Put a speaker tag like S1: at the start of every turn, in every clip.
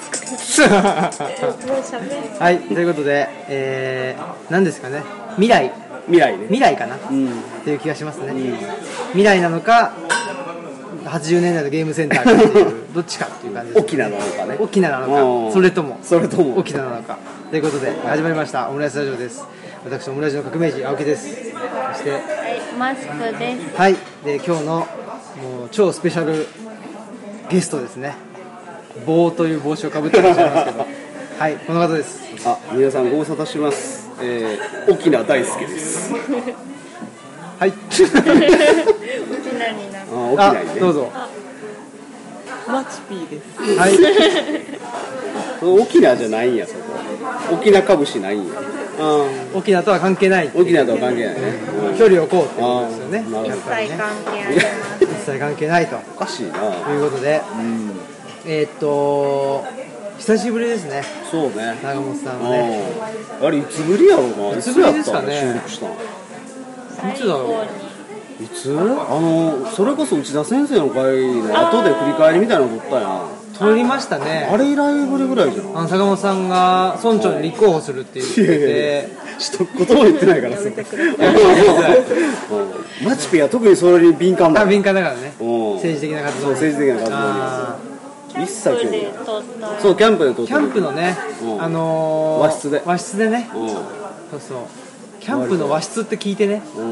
S1: もう喋る
S2: はいということで、えー、何ですかね未来
S3: 未来ね
S2: 未来かなっ
S3: うん
S2: ていう気がしますね、
S3: うん
S2: 未来なのか80年代のゲームセンターかっていう どっちかっていう感じです
S3: 沖縄なのかね
S2: 沖縄なの
S3: う
S2: か
S3: ん
S2: それとも
S3: それとも
S2: 沖縄なのかということで始まりましたオムライスラジオです私オムライスの革命児青木ですそして
S1: はい、マスクです。
S2: はいで今日のもう超スペシャルゲストですね棒という帽子をかぶってらっしゃいますけど はいこの方です
S3: あ皆さんご無沙汰してます、えー、沖縄大輔です
S2: は いう
S1: ちなにな
S3: あ。沖
S2: あ
S3: 縄にね
S2: どうぞ
S4: マチピーです。
S2: はい
S3: 沖縄じゃないんやそこ沖縄かぶしないんや
S2: うん沖縄とは関係ない
S3: 沖縄とは関係ないね、うん
S2: 距離を置こうってことですよね
S3: あーなるほど
S2: や
S1: 一
S2: っぱ
S1: 切
S2: りね
S1: 関係ありません。
S2: 一切関係ないと
S3: おかしいな
S2: ということで
S3: うん
S2: えーっと久しぶりですね
S3: そうね
S2: 長本さんはね
S3: うんあれいつぶりやろうないい
S2: つ
S3: つ
S2: ぶ
S3: や
S2: り
S3: っ
S2: ですか
S3: た
S2: ね
S3: ね収録したの
S1: 最
S2: つだろう
S1: 後に
S3: いつあのそれこそ内田先生の会の後で振り返りみたいなの撮ったやん
S2: 撮りましたね
S3: あれ以来ぶりぐらいじゃん
S2: あの坂本さんが村長に立候補するって言っ
S3: いや
S2: て
S3: いや
S2: て
S3: いや一言も言ってないからさうんマチピは特にそれに敏感だ
S2: あ敏感だからね
S3: うん
S2: 政治的な活動
S3: そう政治的な活動に
S2: あ
S3: 一切
S1: プ
S3: 興味
S1: で
S3: ない
S1: 撮った。
S3: そうキャンプで撮っ
S2: ー
S3: て
S2: キャンプのね
S3: うん
S2: あのー
S3: 和室で
S2: 和室でね
S3: うん
S2: そうそうキャンプの和室って聞いてね
S3: うん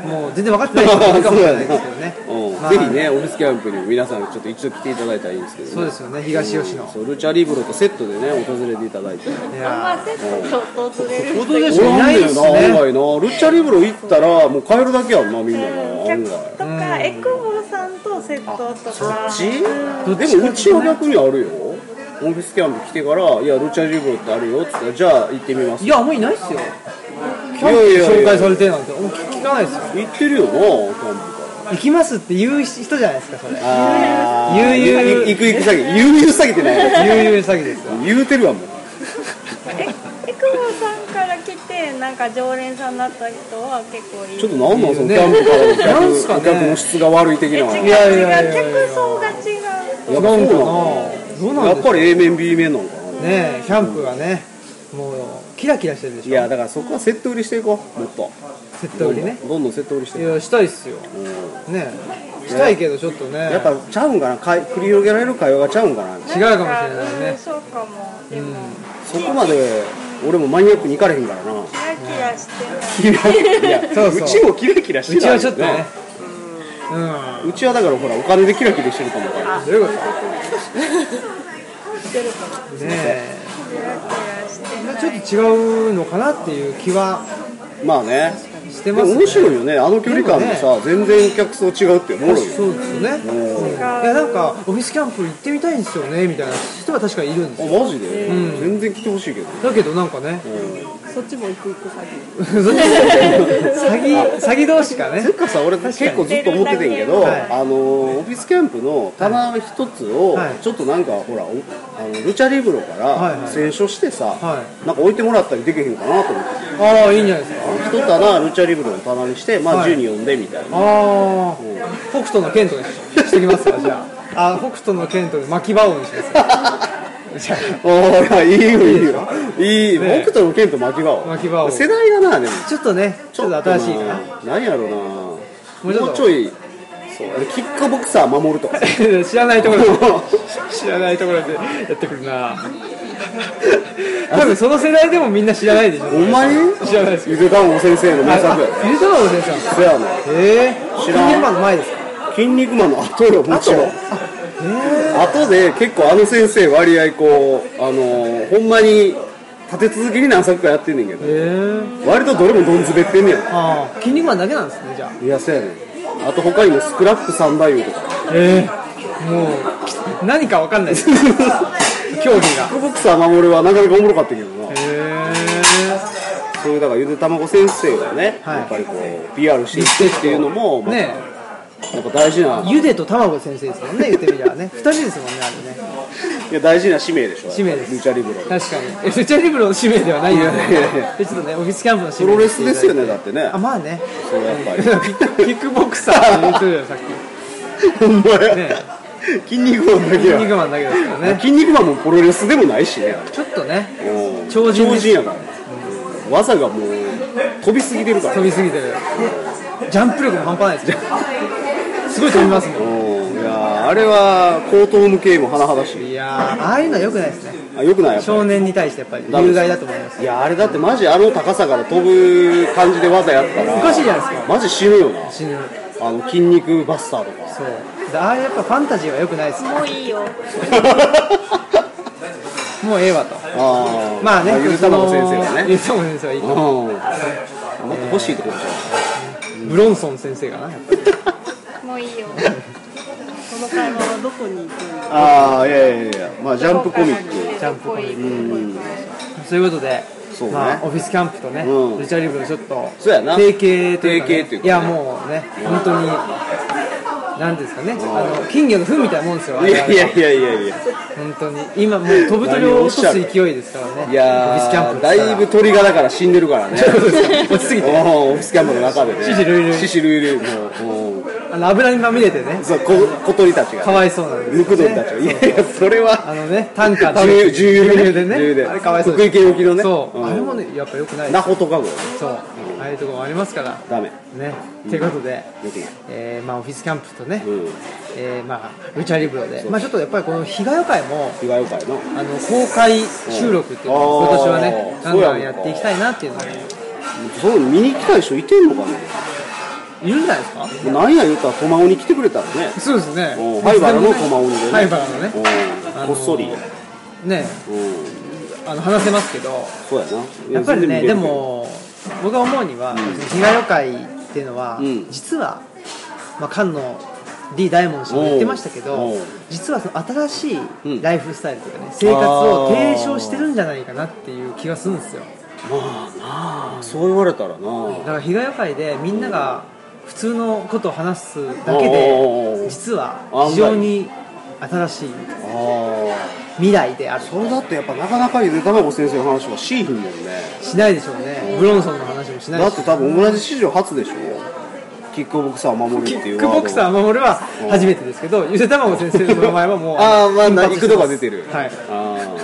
S2: もう全然分かってない人もいるかもしれないですけど ね
S3: うん
S2: まあ
S3: ぜひねオフィスキャンプにも皆さんちょっと一度来ていただいたらいいんですけどね
S2: そうですよね東吉野
S3: そうルチャリブロとセットでね訪れていただいて
S2: い
S1: あん
S2: や
S1: まセットと訪れる
S2: ー。本当で
S3: お
S2: しょい
S3: ら
S2: なんい
S3: ね
S2: で
S3: ん
S2: す
S3: な
S2: ね
S3: 案外なルチャリブロ行ったらもう帰るだけやんなみんなな案
S1: 客
S3: 外
S1: とか、エクボさんとセットとか。
S3: そっち
S2: どっち
S3: でもうちは逆にあるよオフィスキャンプ来てから「いやルチャリブロってあるよ」っつったら「じゃあ行ってみます
S2: い」やあんまいないっすよ
S3: い
S2: キャン
S3: や
S2: プで
S3: いやいや
S2: 紹介されてなんてもう聞かないですよ
S3: 行ってるよなキャンプか
S2: 行きますって言う人じゃないですかそれ
S3: らあ
S2: ー悠々
S3: 行く行く詐欺悠々詐欺ってない
S2: 悠々詐欺ですよ
S3: 言うてるわもう
S1: エクボさんから来て、なんか常連さんだった人は結構いる。
S3: ちょっとなんなんその
S2: ね
S3: キャンプからの
S2: なんすかね
S3: 客客の質が悪い的な
S1: え違う
S3: やっ
S1: 違う
S2: いやいやいやいや
S1: 客層が違
S3: ぱそ
S1: う。
S3: う
S2: なんかなどうなん
S3: や
S2: です
S3: っ
S2: か
S3: ぱ
S2: ね
S3: り A 面 B 面なのかな
S2: えキャンプがねもうキラキラしてるで
S3: い
S2: しょ
S3: やだからそこはセット売りしていこうもっと
S2: セット売りね
S3: どんどんセット売りして
S2: い
S3: いこ
S2: やしたいっすよ
S3: ううん
S2: ねえしたいけどちょっとね
S3: やっぱちゃうんかなかい繰り広げられる会話がちゃうんかな
S2: 違うかもしれないね
S1: んかうんそうかも。でも、
S3: そこまで俺もマニアックに行かれへんからな
S1: キラキラしてない。
S3: キラいや
S2: そうそう
S3: うちもキラキラして
S2: うち
S3: ない
S2: はちょっとねうん
S3: うちはだからほらお金でキラキラしてるかもわから ん
S2: どういうことねえ
S1: キラキラしてない。
S2: ちょっと違うのかなっていう気は
S3: まあね
S2: して
S3: で
S2: ま
S3: も
S2: すね
S3: 面白いよねあの距離感でさ全然客層違うっておもろいよ
S2: そうですね、
S3: うん
S2: いやなんかオフィスキャンプ行ってみたいんですよねみたいな人は確かにいるんですよ
S3: あマジで、全然来てほしいけど、
S2: だけどなんかね
S4: そっちも行く行く詐欺。
S2: そっち 詐欺詐欺同士が
S3: て
S2: ね
S3: かさ俺結構ずっと思っててんけど、
S2: はい
S3: あのオフィスキャンプの棚一つを
S2: はい
S3: ちょっとなんかほらおあのルチャリブロか
S2: はいはい
S3: ら選書してさ、
S2: は
S3: なんか置いてもらったりできへんかなと思ってて
S2: ああいいんじゃないですか
S3: 一棚ルチャリブロの棚にしてまあ
S2: はい
S3: 10人呼んでみたいな、
S2: ああ北斗の剣とかにしてきますかじゃああ北斗の剣とで巻き場王にしますか
S3: おーいいよいいよいい
S2: ねえ
S3: 僕との剣と牧場
S2: 牧場を
S3: 世代がなでも
S2: ちょっとねちょっと新しいかな
S3: 何やろう
S2: う
S3: な
S2: ちょっと
S3: もうちょいそうあれキックボクサー守るとか
S2: 知らないところで知らないところでやってくるな 多分その世代でもみんな知らないでしょ
S3: お前
S2: 知らないです
S3: ゆで卵先生の名作やろ
S2: あゆで卵先生なんですか
S3: そやね
S2: ええー、
S3: 知らん
S2: キングマンの前ですか
S3: 筋肉マンの後よもちろん後で結構あの先生割合こうあのーほんまに立て続けに何作かやってんねんけど
S2: えー、
S3: 割とどれもどんずべってんねや
S2: ああキン肉マンだけなんですねじゃあ
S3: いやそうやねんあと他にもスクラップ三太夫とか
S2: ええもうき何かわかんないです 競技が
S3: キックボクサー守るはなかなかおもろかったけどな
S2: え
S3: そういうだからゆでたまご先生がね、
S2: はい
S3: やっぱりこう PR していってっていうのも、
S2: え
S3: まあ
S2: ね
S3: やっぱ大事な
S2: えゆでと卵先生ですもんね言ってみればね二人ですもんねあれね
S3: いや大事な使命でしょ
S2: 使命です
S3: ルチャリブロ
S2: 確かにえルチャリブロの使命ではないよ
S3: いやいやい
S2: ね
S3: や
S2: でちょっとねオフィスキャンプの使
S3: プ
S2: 命
S3: ロレスですよねだ
S2: っ
S3: ってね
S2: あまあね
S3: そうやっぱり
S2: キックボクサーって言ってるよさっき
S3: ほんまや、
S2: ね
S3: 筋肉マンだけ
S2: 筋
S3: や
S2: 肉マンだけですからね
S3: 筋肉マンもプロレスでもないしね
S2: ちょっとね
S3: うん
S2: 超人です
S3: やから、技がもう飛びすぎてるから
S2: 飛びすぎてるジャンプ力も半端ないですよすごい飛びますも
S3: うんいやーあれは高等無形も甚だし
S2: ん
S3: い
S2: いやーああいうのは良くないですね
S3: あよくないやっぱ
S2: 少年に対してやっぱり
S3: ダメ
S2: 有害だと思います
S3: いやあれだってマジあの高さから飛ぶ感じで技やったら
S2: おかしいじゃないです
S3: かマジ死ぬよな
S2: 死ぬ
S3: あの筋肉バスターと か
S2: そうでああいうやっぱファンタジーは良くないです
S1: もういいよ
S2: もうええわと
S3: あー
S2: まあね
S3: ゆで卵先生は
S2: ゆ
S3: ね
S2: でたま先生はいい
S3: うん
S2: か
S3: もっと欲しいところじゃん
S2: ブロンソン先生がなやっぱり
S1: もういいよ
S4: この会話はどこに行くんだ
S3: ああいやいやいやまあジャンプコミック
S1: ジャンプコミック
S2: そういうことで
S3: そうね
S2: まあ、オフィスキャンプとね、
S3: うん
S2: ルチャリブロちょっと
S3: そうやな
S2: 提携というか、ね、
S3: 提携というかね
S2: いやもうね本当になんていうんですかね、あの金魚の糞みたいなもんですよあ
S3: い
S2: れは
S3: やいやいやいやいや
S2: 本当に今もう飛ぶ鳥を落とす勢いですからね
S3: いや
S2: オフィスキャン
S3: ー
S2: プ
S3: だいぶ鳥がだから死んでるからね
S2: 落ちすぎて
S3: うんオフィスキャンプの中でね
S2: 獅子類類
S3: 獅子類類もううん
S2: あの油にまみれてね
S3: そうこ小鳥たちが
S2: かわいそうなんです
S3: ムクドリたちがいやいやそれは
S2: あのね単価
S3: 重油重油ね
S2: でね
S3: 重油で
S2: あれかわいそう
S3: 福井県沖のね
S2: そう、
S3: うん
S2: あれもねやっぱ良くないで
S3: ナ
S2: す
S3: ホとかも
S2: そうああいうところもありますから
S3: ダメよ
S2: ねということで、
S3: くない
S2: えーまあ、オフィスキャンプとね、
S3: うん
S2: えーまあ、ルチャリブロで、まあ、ちょっとやっぱりこの日が予会も
S3: 被害よかいな
S2: あの公開収録っていうのを
S3: うん
S2: 今年はね
S3: あ
S2: ガ
S3: ー
S2: ンガンやっていきたいなっていうのが
S3: そういうの見に来たい人いてんのかない
S2: るんじゃないですか
S3: なんや言うたらトマオに来てくれたらね
S2: そうですね
S3: うん灰原のトマオにでね
S2: 灰原のね
S3: うんこっそり
S2: あのね
S3: うん
S2: あの話せますけど
S3: そうやな
S2: やっぱりね
S3: い
S2: で
S3: や全然見れるけど
S2: も僕が思うには、日が予会っていうのは、
S3: うん
S2: 実は、まあ、菅野 D 大門氏も言ってましたけ
S3: お
S2: ど
S3: うおう
S2: 実はその新し
S3: うん
S2: いライフスタイルとかね、生活を提唱してるんじゃないかなっていう気がするんですよ
S3: まあなあそう言われたらな
S2: だから日が予会でみんなが普通のことを話すだけ
S3: おうおうお
S2: で
S3: う
S2: 実は
S3: あ
S2: 非常に新しい
S3: あ
S2: 未来である
S3: あそれだってやっぱなかなかゆで卵先生の話はしーひんもんね
S2: しないでしょうねブロンソンの話もしない
S3: だ
S2: で
S3: っ
S2: してょう
S3: 多分同じ史上初でしょキックボクサーを守るって
S2: キ
S3: い
S2: ッ
S3: う
S2: クボクサー
S3: ー
S2: 守るは初めてですけどゆで卵先生の名前はもう
S3: ああまあ
S2: 頻
S3: な
S2: 発し
S3: 幾
S2: て
S3: 度
S2: ま
S3: か
S2: す
S3: 出てる
S2: はい
S3: ああ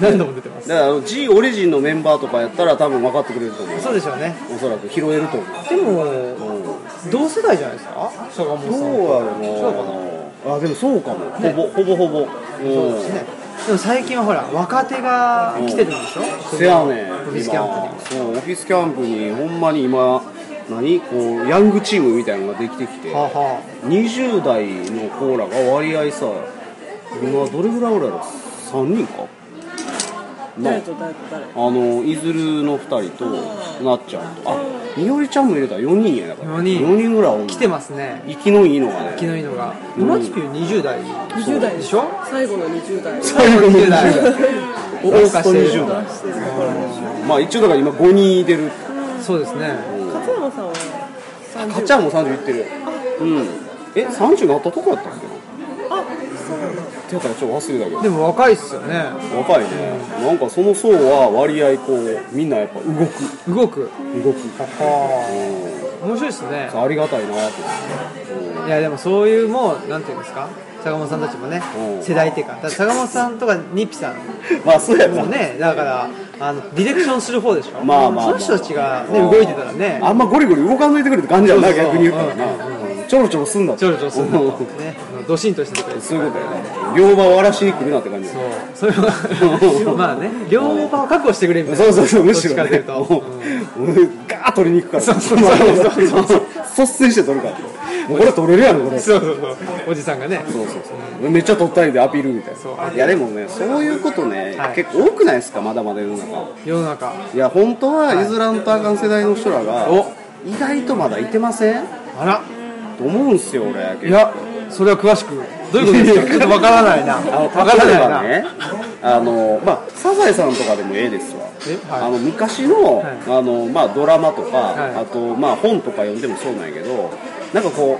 S2: 何度も出てます
S3: だからあの G オリジンのメンバーとかやったら多分分かってくれると思う
S2: そうでしょうね
S3: おそらく拾えると思う
S2: でも同世代じゃないですか坂本さん
S3: どう
S2: と
S3: やろうな
S2: 違うかな
S3: あでもそうかも、ほぼほぼほぼ
S2: そうですねでも最近はほら若手が来てるんでしょ
S3: せやねん
S2: オフィスキャンプにも
S3: 今そうオフィスキャンプにほんまに今何こうヤングチームみたいなのができてきて
S2: はあは
S3: 20代のコーラが割合さ今どれぐらいおるやろ3人かな
S4: 誰と誰と誰
S3: あのいずるの2人となっちゃんとあみおりちゃんも入れたら4人やだから
S2: 四人
S3: 四人ぐらいおんの
S2: あ来てますね
S3: 生きのいいのがね
S2: 生きのいいのがマチピュ20代
S4: 20代
S2: でしょ
S4: 最後の20代
S3: 最後の20
S2: 20
S3: 代
S2: 代を謳歌して
S3: ラスト20代
S2: る
S4: してるところでしょ
S3: まあ一応だから今5人いてる
S2: そうですね
S4: 勝山さんは30
S3: かっちゃんも30いってるうんえ30なったとこやったっけな
S4: あそうなんだ
S3: ってやったらちょっと忘れたけど
S2: でも若いっすよね
S3: 若いねなんかその層は割合こうみんなやっぱ動く
S2: 動く
S3: 動く
S2: は面白いっすね
S3: ありがたいなと思っ
S2: い
S3: て
S2: やでもそういうもうなんていうんですか坂本さんたちもね
S3: うん
S2: 世代っていうかだから坂本さんとかニッピさん
S3: うんまあそうやな
S2: も ねだからあのディレクションする方でしょ
S3: まあまあまあ
S2: その人たちが、ね、動いてたらね
S3: あんまゴリゴリ動かんといてくれって感じやな
S2: そうそう
S3: 逆に言うからなうんちょろちょろすんな
S2: ちょろちょろするんだと
S3: うん
S2: ねあのドシンとしててくれる
S3: そういうことやな両場を荒らしに来るなって感じや
S2: そうそれ はまあね両方を確保してくれみたいな
S3: そうそうそうむしろ
S2: どっちかとい
S3: ね
S2: う
S3: も
S2: と、
S3: うもうガーッ取りに行くからそうそうそうそう率先して取るからもうこれ取れるやろこ れ
S2: そうそうそうおじさんがね
S3: そうそうそうめっちゃ取ったりでアピールみたい
S2: そう
S3: ないやでもねそういうことね、
S2: はい
S3: 結構多くないですかまだまだ世の中
S2: 世の中
S3: いや本当は譲らんとあかん世代の人らが
S2: お
S3: 意外とまだいてません
S2: あら
S3: と思うんすよ俺
S2: いやそれは詳しくどういうことで すかちょっとわからないな
S3: あの
S2: わから
S3: 例えば
S2: ないな
S3: ねあのまあサザエさんとかでもええですわ
S2: えはい
S3: あの昔の,、
S2: はい
S3: あのまあ、ドラマとか、
S2: はい
S3: あと、まあ、本とか読んでもそうなんやけどなんかこ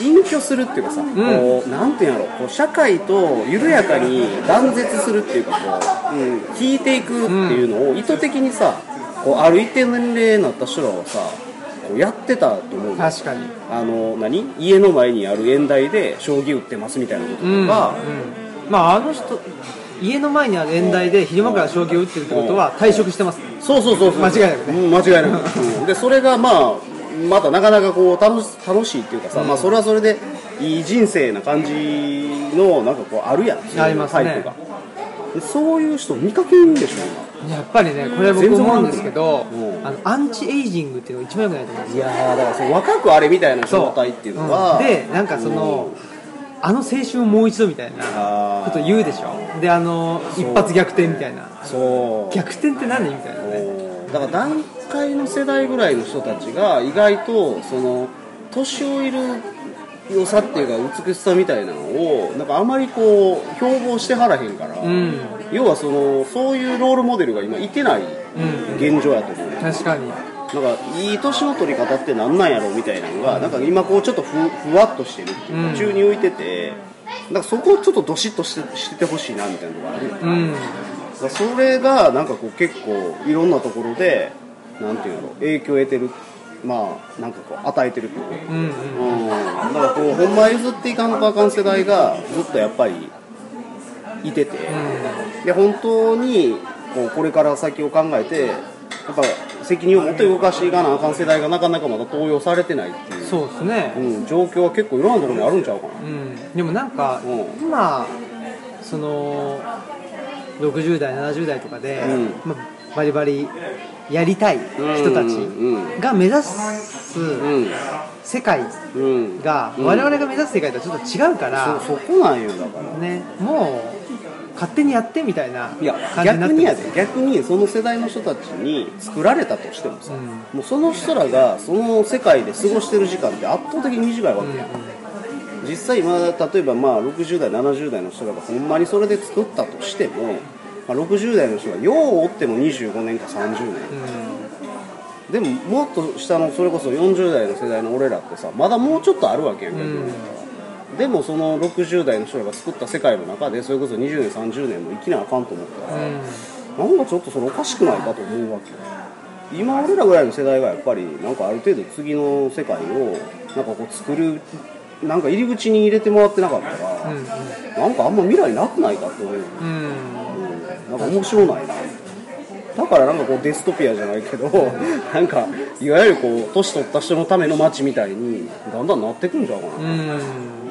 S3: う隠居するっていうかさ、こうなんていうんやろこう社会と緩やかに断絶するっていうかこう、うん、聞いていくっていうのを意図的にさこうある一定の年齢になった人らはさこうやってたと思うの
S2: 確かに
S3: あの何家の前にある縁台で将棋打ってますみたいなこととか、
S2: まああの人家の前にある演台で昼間から将棋を打ってるってことは退職してます
S3: そうそうそうそう
S2: 間違いなくね
S3: うん間違いな く、うんでそれがまあまたなかなかこう楽し楽しいっていうかさ、まあ、それはそれでいい人生な感じのなんかこうあるやんそういう
S2: ありますね
S3: タイプがでそういう人見かけるんでしょ
S2: やっぱりねこれ僕
S3: 全然
S2: 思うんですけど
S3: うん
S2: あのアンチエイジングっていうのが一番良くないと思うんです
S3: 今いやーだからその若くあれみたいな
S2: そう
S3: 状態っていうのは、
S2: うんでなんかその、あの青春をもう一度みたいなこと言うでしょであの一発逆転みたいな
S3: うんそう
S2: 逆転って何みたいなね
S3: だから段階の世代ぐらいの人たちが意外とその年老いる良さっていうか美しさみたいなのをなんかあまりこう標榜してはらへんから、
S2: ん
S3: 要はそのそういうロールモデルが今いてない現状やと思う、
S2: 確かに
S3: なんかいい年の取り方ってなんなんやろみたいなのが、なんか今こうちょっとふふわっとしてるっていうか、
S2: うん
S3: 宙に浮いててなんかそこをちょっとどしっとしてしててほしいなみたいなのがあるよね
S2: うん
S3: だからそれがなんかこう結構いろんなところでなんていうの影響を得てるまあなんかこう与えてるっていう
S2: うんうん
S3: うんだからこうほんま譲っていかんのかあかん世代がずっとやっぱりいてて、で本当にこうこれから先を考えてやっぱ責任を持って動かしていかなあかん世代がなかなかまだ登用されてないっていう、
S2: そうですね、
S3: うん、状況は結構いろんなところにあるんちゃうかな
S2: うん、でもなんか、
S3: うん
S2: 今その60代70代とかで、
S3: うん
S2: まあ、バリバリやりたい人たち
S3: うんうん
S2: が目指す
S3: うん
S2: 世界
S3: うん
S2: が
S3: うん
S2: 我々が目指す世界とはちょっと違うから、
S3: そそこなんよだから
S2: ね、もう勝手にやってみたいない
S3: や
S2: 感じになっ
S3: 逆
S2: て
S3: にや
S2: ます
S3: で逆にその世代の人たちに作られたとしてもさ、もうその人らがその世界で過ごしてる時間って圧倒的に短いわけや、ん、実際今例えばまあ60代70代の人らがほんまにそれで作ったとしても、まあ、60代の人がようおっても25年か30年、でももっと下のそれこそ40代の世代の俺らってさまだもうちょっとあるわけやんか、でもその60代の人らが作った世界の中でそれこそ20年30年も生きなあかんと思ったら、なんかちょっとそれおかしくないかと思うわけよ今俺らぐらいの世代がやっぱりなんかある程度次の世界をなんかこう作るなんか入り口に入れてもらってなかったら、なんかあんま未来なくないかって思う、なんか面白ないなだからなんかこうデストピアじゃないけどなんかいわゆるこう年取った人のための街みたいにだんだんなってくんじゃうかな、だか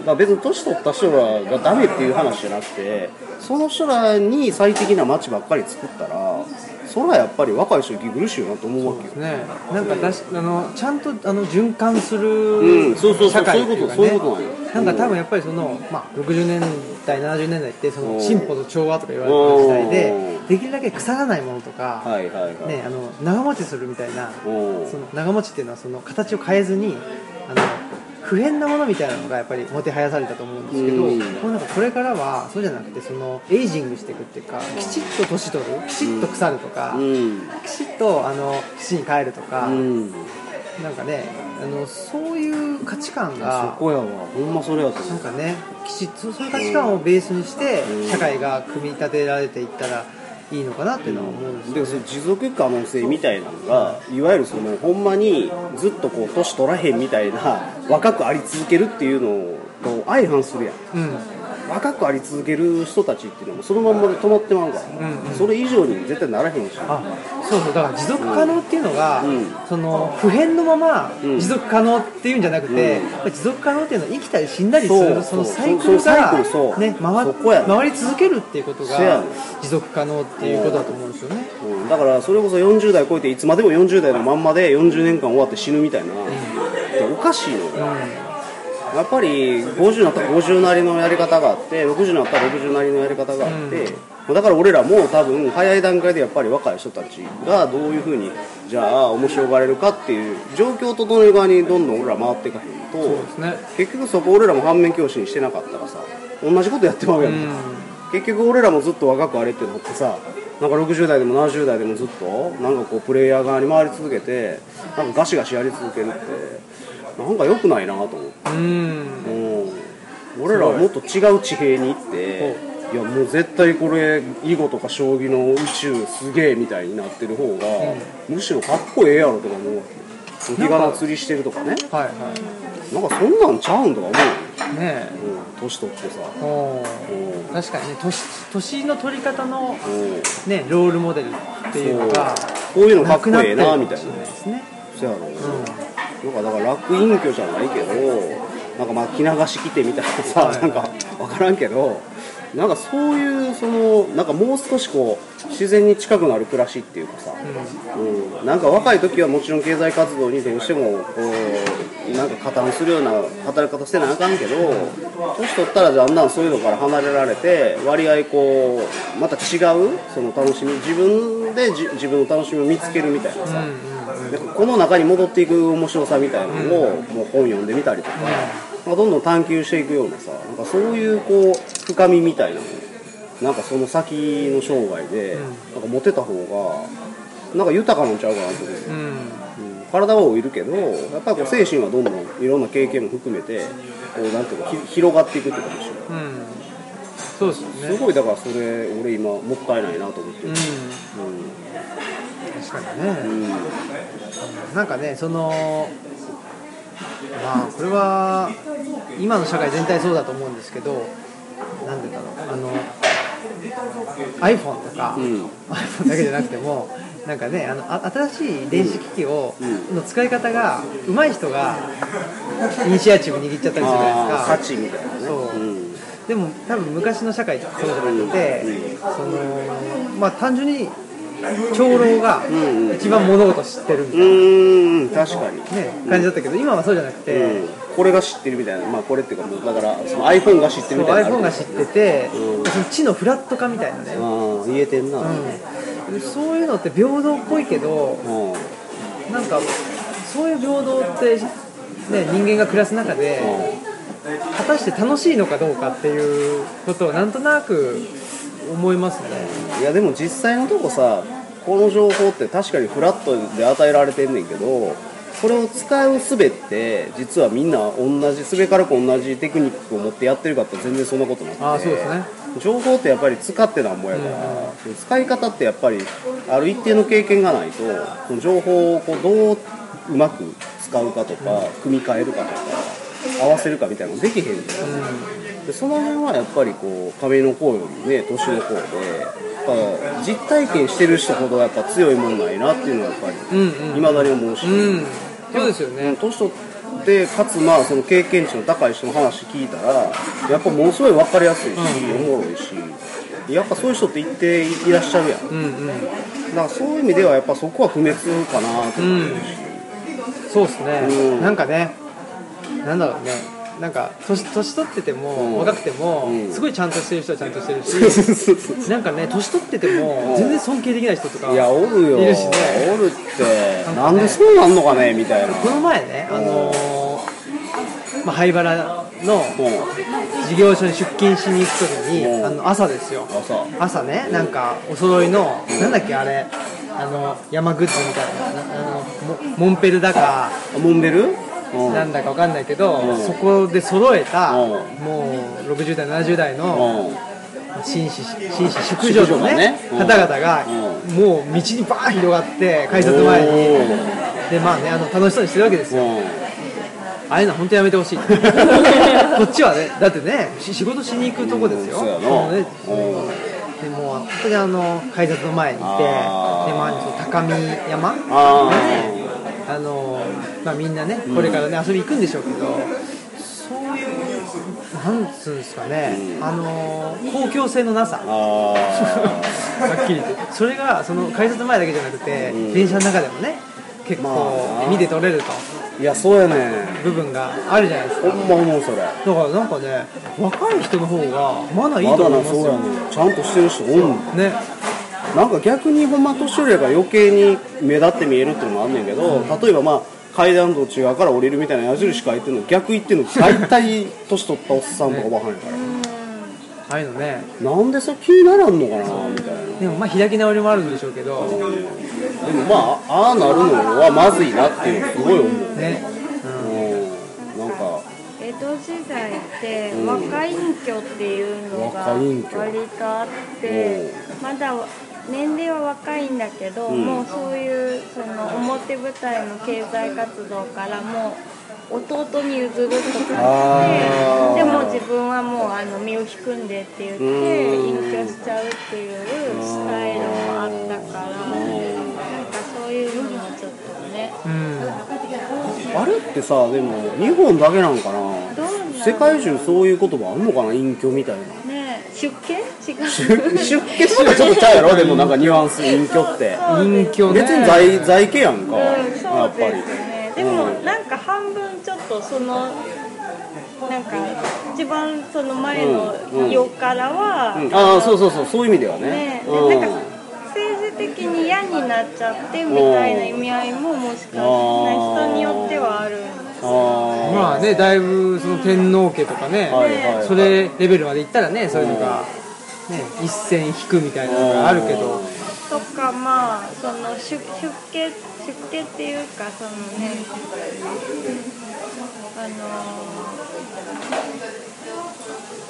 S3: ら別に年取った人らがダメっていう話じゃなくてその人らに最適な街ばっかり作ったらそらやっぱり若い人息苦しいよなと思うわけよ
S2: ね、なんかだしあのちゃんとあの循環す
S3: う
S2: る
S3: んそうそうそう
S2: 社会っていうか
S3: そうい
S2: ね
S3: うことそういうことなんよ
S2: なんか多分やっぱりその、まあ、60年代70年代ってそ
S3: うん
S2: の進歩と調和とか言われてる時代で
S3: うん
S2: できるだけ腐らないものとか、
S3: はいはいはい、
S2: ね、あの長持ちするみたいな
S3: うん
S2: その長持ちっていうのはその形を変えずにあの不変なものみたいなのがやっぱりもてはやされたと思うんですけど、
S3: うん
S2: もうなんかこれからはそうじゃなくてそのエイジングしていくっていうかきちっと年取るきちっと腐るとか、
S3: うん
S2: きちっとあの土に帰るとか、
S3: うん
S2: なんかねあのそういう価値観
S3: そ
S2: が
S3: こやわほんまそれやと
S2: な
S3: 思
S2: ん
S3: う
S2: かねきちっとそういう価値観をベースにして
S3: ん
S2: 社会が組み立てられていったらいいのかなっていうのは思うんですよ、
S3: でその持続可能性みたいなのがいわゆるそのほんまにずっとこう年取らへんみたいな 若くあり続けるっていうのと相反するやん
S2: うん
S3: 若くあり続ける人たちっていうのもそのまんまで止まってまうから、
S2: うんうん
S3: それ以上に絶対ならへんし
S2: あそうそうだから持続可能っていうのが、
S3: うん
S2: その普遍のまま
S3: うん
S2: 持続可能っていうんじゃなくて、
S3: うん
S2: やっぱ持続可能っていうのは生きたり死んだりする
S3: そう
S2: そのサイクル
S3: そうそうサイク
S2: が
S3: ルそう
S2: ね回
S3: そこやね
S2: 回り続けるっていうこと
S3: そうや
S2: が
S3: ね
S2: 持続可能っていうことだと思うんですよね。
S3: うんだからそれこそ40代超えていつまでも40代のまんまで40年間終わって死ぬみたいな、いやおかしいのよ、やっぱり50になったら50なりのやり方があって60になったら60なりのやり方があって、だから俺らも多分早い段階でやっぱり若い人たちがどういうふうにじゃあ面白がれるかっていう状況を整える側にどんどん俺ら回っていかへんと
S2: ね
S3: 結局そこ俺らも反面教師にしてなかったらさ同じことやってまうやんか、結局俺らもずっと若くあれってなってさなんか60代でも70代でもずっとなんかこうプレイヤー側に回り続けてなんかガシガシやり続けるってなんか良くないなと思って。
S2: うん
S3: うん俺らはもっと違う地平に行っていやもう絶対これ囲碁とか将棋の宇宙すげえみたいになってる方が、むしろかっこええやろとか思うわけ日がな釣りしてるとかね
S2: はいは
S3: なんかそんなんちゃうんとか思うよ、
S2: いねえ
S3: うん、年取ってさ、
S2: お
S3: う
S2: ー
S3: ん
S2: 確かにね年年の取り方の
S3: うん
S2: ねロールモデルっていうのが
S3: そうこういうのか
S2: な
S3: っこ
S2: くなって
S3: ええ
S2: る
S3: な
S2: かも
S3: み
S2: したれ
S3: いな
S2: ないですね
S3: そうやろなんかだから楽隠居じゃないけどなんかまあ着流し着てみたいなさ、
S2: はい
S3: なんか分からんけどなんかそういうそのなんかもう少しこう自然に近くなる暮らしっていうかさ、うんなんか若い時はもちろん経済活動にどうしてもこうなんか加担するような働き方してなあかんけど年取ったらだんだんそういうのから離れられて割合こうまた違うその楽しみ自分でじ自分の楽しみを見つけるみたいなさ、でこの中に戻っていく面白さみたいなのをもう本読んでみたりとか、まあ、どんどん探求していくようなさなんかそういうこう深みみたいなのなんかその先の生涯でなんか持てた方がなんか豊かなんちゃうかなと思う、
S2: うん
S3: うん体は老いるけどやっぱりこう精神はどんどんいろんな経験も含めてこうなんていうかひ広がっていくっていうかもしれない
S2: うんそうですよ
S3: す
S2: ね
S3: ごいだからそれ俺今もったいないなと思って
S2: う、
S3: る
S2: ん確かにね、
S3: うんうん
S2: なんかねそのまあこれは今の社会全体そうだと思うんですけどなんでだろうあの iPhone とか、
S3: うん
S2: iPhone だけじゃなくてもなんかねあのあ新しい電子機器を、
S3: う
S2: の使い方が上手い人がイニシアチブ握っちゃったりするじゃ
S3: あー
S2: ない
S3: 価
S2: ですか
S3: 値みたいなね
S2: そうんでも多分昔の社会ってそうじゃなくて、
S3: うん
S2: そのまあ単純に長老が
S3: んうん
S2: 一番物事知ってるみたいな
S3: うーん確かに、
S2: ね、感じだったけど、今はそうじゃなくて、
S3: うんこれが知ってるみたいなまあこれっていうかもうだからその iPhone が知って
S2: そ
S3: る
S2: う
S3: みたいな
S2: iPhone が知ってて、
S3: うん
S2: その地のフラット化みたいなね、
S3: ああ言えてんな、うん
S2: うん、そういうのって平等っぽいけどなんかそういう平等って、ね、人間が暮らす中で果たして楽しいのかどうかっていうことをなんとなく思いますね
S3: いやでも実際のとこさこの情報って確かにフラットで与えられてんねんけどそれを使う術って実はみんな同じすべからく同じテクニックを持ってやってるかって全然そんなことなくて
S2: あーそうですね
S3: 情報ってやっぱり使ってなんぼやから、使い方ってやっぱりある一定の経験がないとその情報をこうどううまく使うかとか、組み替えるかとか合わせるかみたいなのできへんじゃんでその辺はやっぱりこう亀の方よりね年の方でやっぱ実体験してる人ほどやっぱ強いもんないなっていうのはやっぱ
S2: う
S3: り
S2: ん
S3: いま、未だに思うし、
S2: うんうんそうですよね
S3: 年取ってかつまあその経験値の高い人の話聞いたらやっぱものすごい分かりやすいし、おもろいしやっぱそういう人って言っていらっしゃるやんだ
S2: うんうん
S3: からそういう意味ではやっぱそこは不滅かなと思うし、
S2: そうですね、
S3: うん
S2: なんかね、なんだろうね、なんか年年取ってても、
S3: ん
S2: 若くても、
S3: うん
S2: すごいちゃんとしてる人はちゃんとしてる し、なんかね、年取ってても、全然尊敬できない人とか、
S3: いやおるよ
S2: いるしね
S3: おるって
S2: なんかね
S3: なんでそうなんのかねみたいな
S2: この前ね、あのーまあ、灰原の
S3: も
S2: 事業所に出勤しに行くとき
S3: う
S2: に、
S3: ん
S2: あの朝ですよ、
S3: うさ
S2: 朝ね、なんかお揃いの、なんだっけ、あれ、あの山グッズみたいな、なあのモモンペルだか。
S3: モンベルうん
S2: なんだかわかんないけど、
S3: うん
S2: そこで揃えた、
S3: うん
S2: もう60代70代の
S3: うん
S2: 紳士紳士淑女のね
S3: 淑女がね
S2: 方々が、
S3: う
S2: もう道にバーン広がって改札前にでまあねあの楽しそうにしてるわけですよ
S3: おー
S2: ああいうのは本当やめてほしいこっちはねだってねし仕事しに行くとこですよ、
S3: そうや
S2: その
S3: な
S2: ね
S3: うん
S2: でもう本当にあの改札の前にいてで
S3: あー
S2: 周りの高見山
S3: あ
S2: あのまあ、みんなねこれからね、遊び行くんでしょうけどそういうなんつうんですかね、あの公共性のな
S3: あ
S2: さ
S3: あ
S2: はっきり言ってそれがその改札前だけじゃなくて、電車の中でもね結
S3: ま
S2: 構
S3: あ
S2: 見て取れると
S3: ーいやそうやね
S2: 部分があるじゃないですか
S3: ほんま思うそれ
S2: だからなんかね若い人の方がまだいい
S3: ま
S2: と
S3: だ
S2: 思い
S3: な
S2: ま
S3: そう
S2: す
S3: や
S2: よ
S3: ねちゃんとしてる人おんの
S2: ね
S3: なんか逆にほんま年寄りやから余計に目立って見えるっていうのもあんねんけど、例えばまあ階段と違うから降りるみたいな矢印書いてるの逆行ってんの大体年取ったおっさんとかばはんやから、
S2: ああいうのね
S3: なんでそれ気にならんのかなみたいな
S2: でもまあ開き直りもあるんでしょうけど
S3: でもまあああなるのはまずいなっていうのすごい思う、
S2: ね
S3: うん
S1: 戸時代って若隠居っていうのが
S3: 若隠居
S1: 割とあってまだ年齢は若いんだけど、
S3: ん
S1: もうそういうその表舞台の経済活動からもう弟に譲ると
S3: あ
S1: か
S3: ー
S1: ってでも自分はもうあの身を引くんでって言って
S3: うん
S1: 隠居しちゃうっていうスタイルもあったからなんかそういうのもちょっとね
S3: あれってさでも日本だけなんかな
S1: どうなん
S3: 世界中そういう言葉あんのかな隠居みたいな
S1: ねえ出家違
S3: 出
S1: う
S3: 家しはちょっとちゃうやろでもなんかニュアンス隠居って
S2: 隠居ね
S3: 別に在在家やんか、
S1: うん、
S3: や
S1: そう
S3: っぱ
S1: で
S3: り
S1: すね。でも、なんか半分ちょっとその。なんか、一番その前の
S3: うんうん
S1: 世からは。
S3: うんああそうそうそうそういう意味ではね
S1: ね、で
S3: うん
S1: なんか。政治的に嫌になっちゃってみたいな意味合いももしかしたら人によってはあるんです
S3: あー
S2: まあねだいぶその天皇家とかね、
S3: はいはいはい
S2: それレベルまでいったらねそういうのが、ね、一線引くみたいなのがあるけど
S1: とかまあその出出家出家っていうかそのねあのー、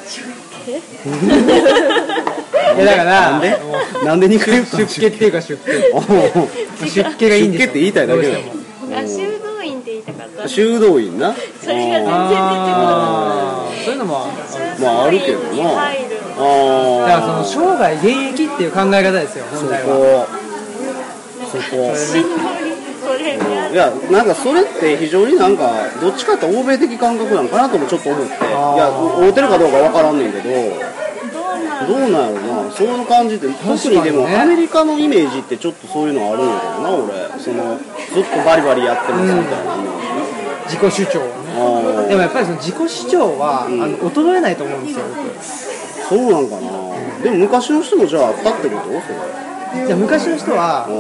S1: 出家
S2: いやだからもう
S3: なんで2回言った
S2: 出家っていうか出家出家がいいんでしょ
S3: 出家って言いたいだけだよ
S2: どうしても
S1: あ修道院って言いたかったそ
S3: 修道院な
S1: れが全然出て
S2: あ
S1: こなかっ
S2: ーそういうのも
S1: たそれは
S3: まああるけど
S1: 修道院に
S3: な
S1: 入る
S3: あ
S2: だからその
S3: あ
S2: 生涯現役っていう考え方ですよ本
S3: そ
S2: 来は
S3: こそこ
S1: しんどいそれが
S3: いやなんかそれって非常になんかどっちかって欧米的感覚なんかなともちょっと思っていや合うてるかどうかわからんねんけど
S1: どうな
S3: ど
S1: る
S3: うなんやろなその感じって特にでも
S2: 確かにね
S3: アメリカのイメージってちょっとそういうのあるんやけどな俺そのずっとバリバリやってますみたいなイメージ
S2: 自己主張をね
S3: あ
S2: でもやっぱりその自己主張は、あの衰えないと思うんですよ
S3: あそうなんかなでも昔の人もじゃああったってことそれ
S2: 僕じゃあ昔の人は
S3: う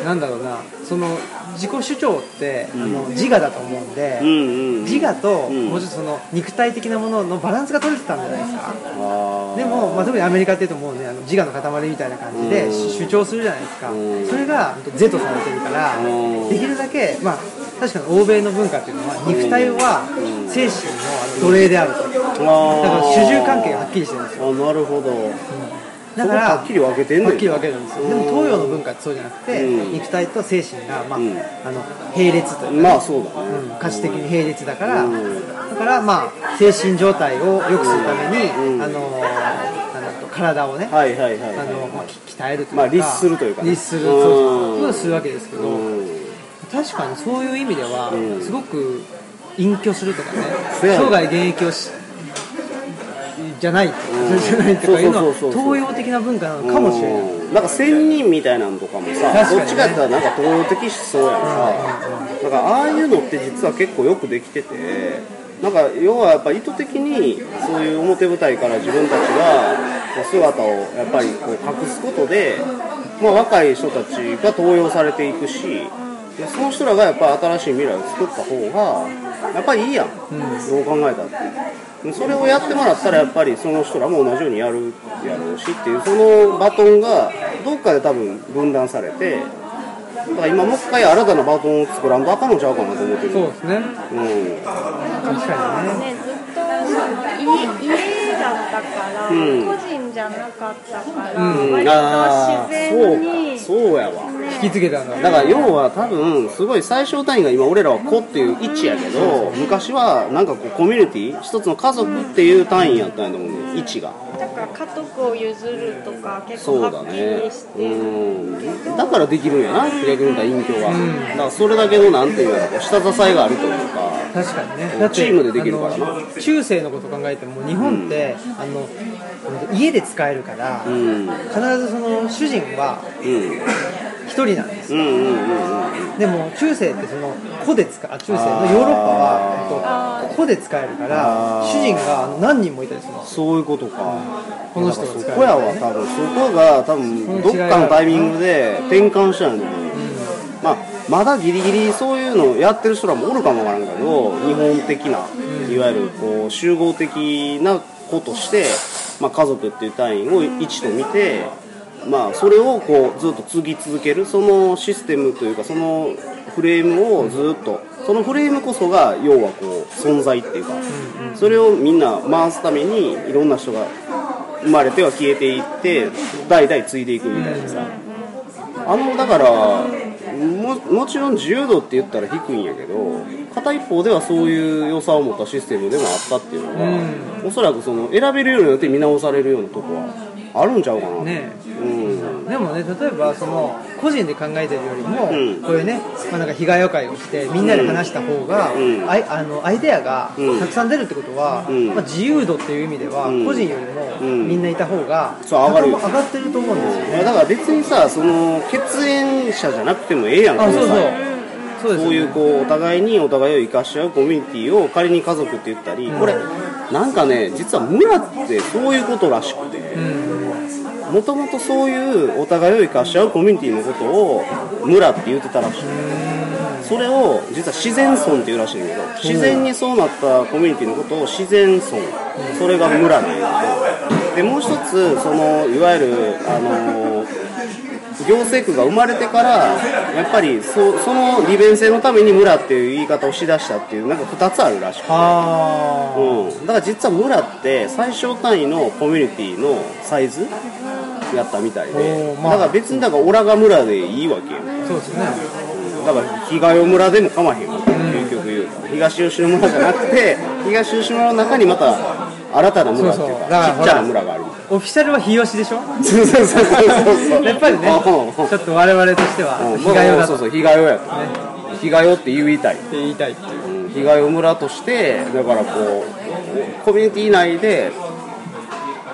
S3: ん
S2: なんだろうなその自己主張って、あの自我だと思うんで、
S3: うんうんうん
S2: 自我と、
S3: ん
S2: もうちょっとその肉体的なもののバランスが取れてたんじゃないですか、
S3: あ
S2: でも、まあ、特にアメリカっていうともうねあの自我の塊みたいな感じで、
S3: うん
S2: 主張するじゃないですか、
S3: うん
S2: それがゼトされてるから、
S3: うん
S2: できるだけまあ確かに欧米の文化っていうのは肉体は精神のあの奴隷であるとだか
S3: あー
S2: ら主従関係がはっきりしてるんですよ
S3: あなるほど
S2: だから
S3: そこはっきり分けてんねん
S2: はっきり分けるんですよでも東洋の文化ってそうじゃなくて、
S3: うん
S2: 肉体と精神が、まあ
S3: うん
S2: あの並列というか
S3: まあそうだ
S2: うん
S3: ね
S2: 価値的に並列だから、
S3: うん
S2: だからまあ精神状態を良くするために、
S3: うん
S2: あのーなんだろう体をね、
S3: はいはいはい
S2: あ
S3: はい
S2: のまあ、き鍛えるというか、
S3: まあ律するというかね
S2: 律する
S3: うん
S2: そうそうそうするわけですけど、
S3: うん
S2: 確かにそういう意味では、
S3: うん
S2: すごく隠居するとかね
S3: そうやね
S2: 生涯現役をしじゃないと、
S3: うん
S2: じゃないとかいうのは
S3: そうそうそう
S2: 東
S3: そう
S2: 洋的な文化なのかもしれない、
S3: うんなんか仙人みたいなのとかもさ、
S2: 確かにね
S3: どっちかって言ったらなんか東洋的思想やんか、だからああいうのって実は結構よくできてて、なんか要はやっぱ意図的にそういう表舞台から自分たちが姿をやっぱりこう隠すことで、まあ、若い人たちが登用されていくし、いやその人らがやっぱ新しい未来を作った方がやっぱりいいやん、どう考えたってそれをやってもらったらやっぱりその人らも同じようにやるやろうしっていうそのバトンがどっかで多分分断されてだから今もう一回新たなバトンを作らんとあかんのちゃうかなと思ってる
S2: そうですね
S3: うん
S2: 確かにね
S1: ね、ずっとその家家だったから、
S3: うん
S1: 個人じゃなかったから、
S2: うん
S1: 割と
S3: あーそ
S1: 自
S3: う
S1: 然
S3: か
S1: に、
S3: そうやわ
S1: ね
S2: 引き継げたんだ
S3: だから要は多分すごい最小単位が今俺らは子っていう位置やけど昔はなんかこうコミュニティ一つの家族っていう単位やったんやと思うね位置が
S1: だから家族を譲るとか結構
S3: そう
S1: は
S3: だ
S1: っき
S3: ね
S1: りしてる
S3: うんだからできるんやな逆に言ったら隠居が、だからそれだけのなんていうか下支えがあるというか
S2: 確かにね
S3: チームでできるからな
S2: あの中世のこと考えても日本って、あの家で使えるから、
S3: うん
S2: 必ずその主人は
S3: うん
S2: 1人なんです
S3: うんうんうんうん
S2: でも中世ってその個で使あ中世のヨーロッパはえっと個で使えるから
S3: あー
S2: 主人が何人もいたりするんです
S3: そういうことか
S2: この人が使える
S3: そこやわ多分そこが多分ど
S2: その
S3: っ
S2: 違いが
S3: かのタイミングで転換したんやと思う、まあ、まだギリギリそういうのやってる人らもおるかもわからんけど日本的ないわゆるこう集合的な子として、まあ、家族っていう単位を一と見て、まあ、それをこうずっと継ぎ続けるそのシステムというかそのフレームをずっとそのフレームこそが要はこう存在っていうか、それをみんな回すためにいろんな人が生まれては消えていって代々継いでいくみたいなさ、あのだからももちろん自由度って言ったら低いんやけど片一方ではそういう良さを持ったシステムでもあったっていうのが、おそらくその選べるようになって見直されるようなとこはあるんちゃうかな、
S2: ねえ
S3: うん
S2: でもね例えばその個人で考えてるよりも、
S3: うん
S2: こういうね、まあ、なんか被害予会をしてみんなで話した方が、
S3: うん
S2: あいあのアイデアが
S3: うん
S2: たくさん出るってことは、
S3: ん
S2: まあ、自由度っていう意味では、
S3: うん
S2: 個人よりも
S3: うん
S2: みんないた方が、
S3: そう上がるよ
S2: 上がってると思うんですよね、
S3: いやだから別にさその血縁者じゃなくてもええやん
S2: あそうそう
S3: 際
S2: そうです
S3: そういうこうお互いにお互いを生かし合うコミュニティを仮に家族って言ったり、これなんかね実は村ってそういうことらしくてもともとそういうお互いを生かし合うコミュニティのことを村って言ってたらしいそれを実は自然村っていうらしいんだけど自然にそうなったコミュニティのことを自然村それが村なんやけどでもう一つそのいわゆるあの行政区が生まれてからやっぱりそその利便性のために村っていう言い方をしだしたっていうなんか2つあるらしくて
S2: あー
S3: うん、だから実は村って最小単位のコミュニティのサイズやったみたいで
S2: お、ーまあ
S3: だから別にだからオラが村でいいわけよ、
S2: そうですね
S3: だから日帰り村でもかまへんわけ究極言うと東吉野村じゃなくて東吉野村の中にまた新たな村っていうか
S2: そうそうだから
S3: ちっちゃな村がある
S2: オフィシャルは日吉でしょ
S3: そうそうそうそう
S2: やっぱりね
S3: うんうん
S2: ちょっと我々としては
S3: うん
S2: 被害をだ
S3: そう
S2: と
S3: そう、被害をやと。被害をって言いたい。
S2: 言いたいっていう
S3: うん被害を村として、だからこう、コミュニティ内で、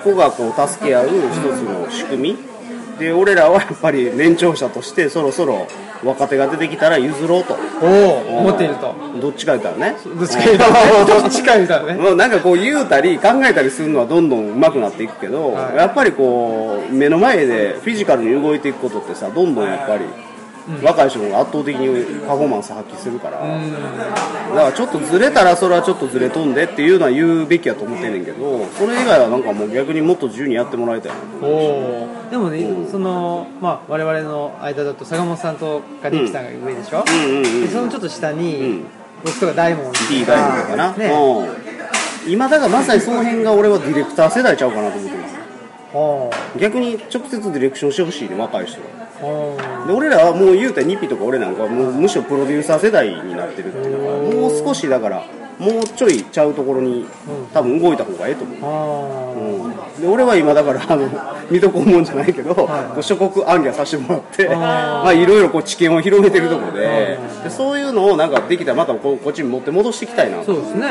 S3: 子がこう助け合う一つの仕組み。で、俺らはやっぱり年長者として、そろそろ若手が出てきたら譲ろうと。
S2: おお思っていると
S3: どっちか言ったらね。
S2: どっちか言うたらね どっちか言うたらね
S3: もうなんかこう言うたり考えたりするのはどんどん上手くなっていくけど、
S2: はい
S3: やっぱりこう目の前でフィジカルに動いていくことってさどんどんやっぱり若い人の方が圧倒的にパフォーマンス発揮するから、だからちょっとずれたらそれはちょっとずれとんでっていうのは言うべきやと思ってんねんけどそれ以外はなんかもう逆にもっと自由にやってもらいたい
S2: お
S3: な
S2: おでもね、そのまあ我々の間だと坂本さんとかリキさんが上でしょ、
S3: うんうんうん
S2: でそのちょっと下に、
S3: うん
S2: 僕とか大門とか
S3: T 大学かな、
S2: ね、
S3: うん、今だからまさにその辺が俺はディレクター世代ちゃうかなと思ってます
S2: おー
S3: 逆に直接ディレクションしてほしいね若い人は。
S2: おー
S3: で俺らはもう言うたらニピとか俺なんかはもうむしろプロデューサー世代になってるっていうからもう少しだからもうちょいちゃうところに多分動いた方がええと思う、
S2: あー
S3: うんで俺は今だからあの 見とこうもんじゃないけど、
S2: いはい
S3: こう諸国暗挙させてもらって
S2: あー
S3: まあいろいろこう知見を広げてるところででそういうのをなんかできたらまたこうこっちに持って戻していきたいな
S2: そうですね、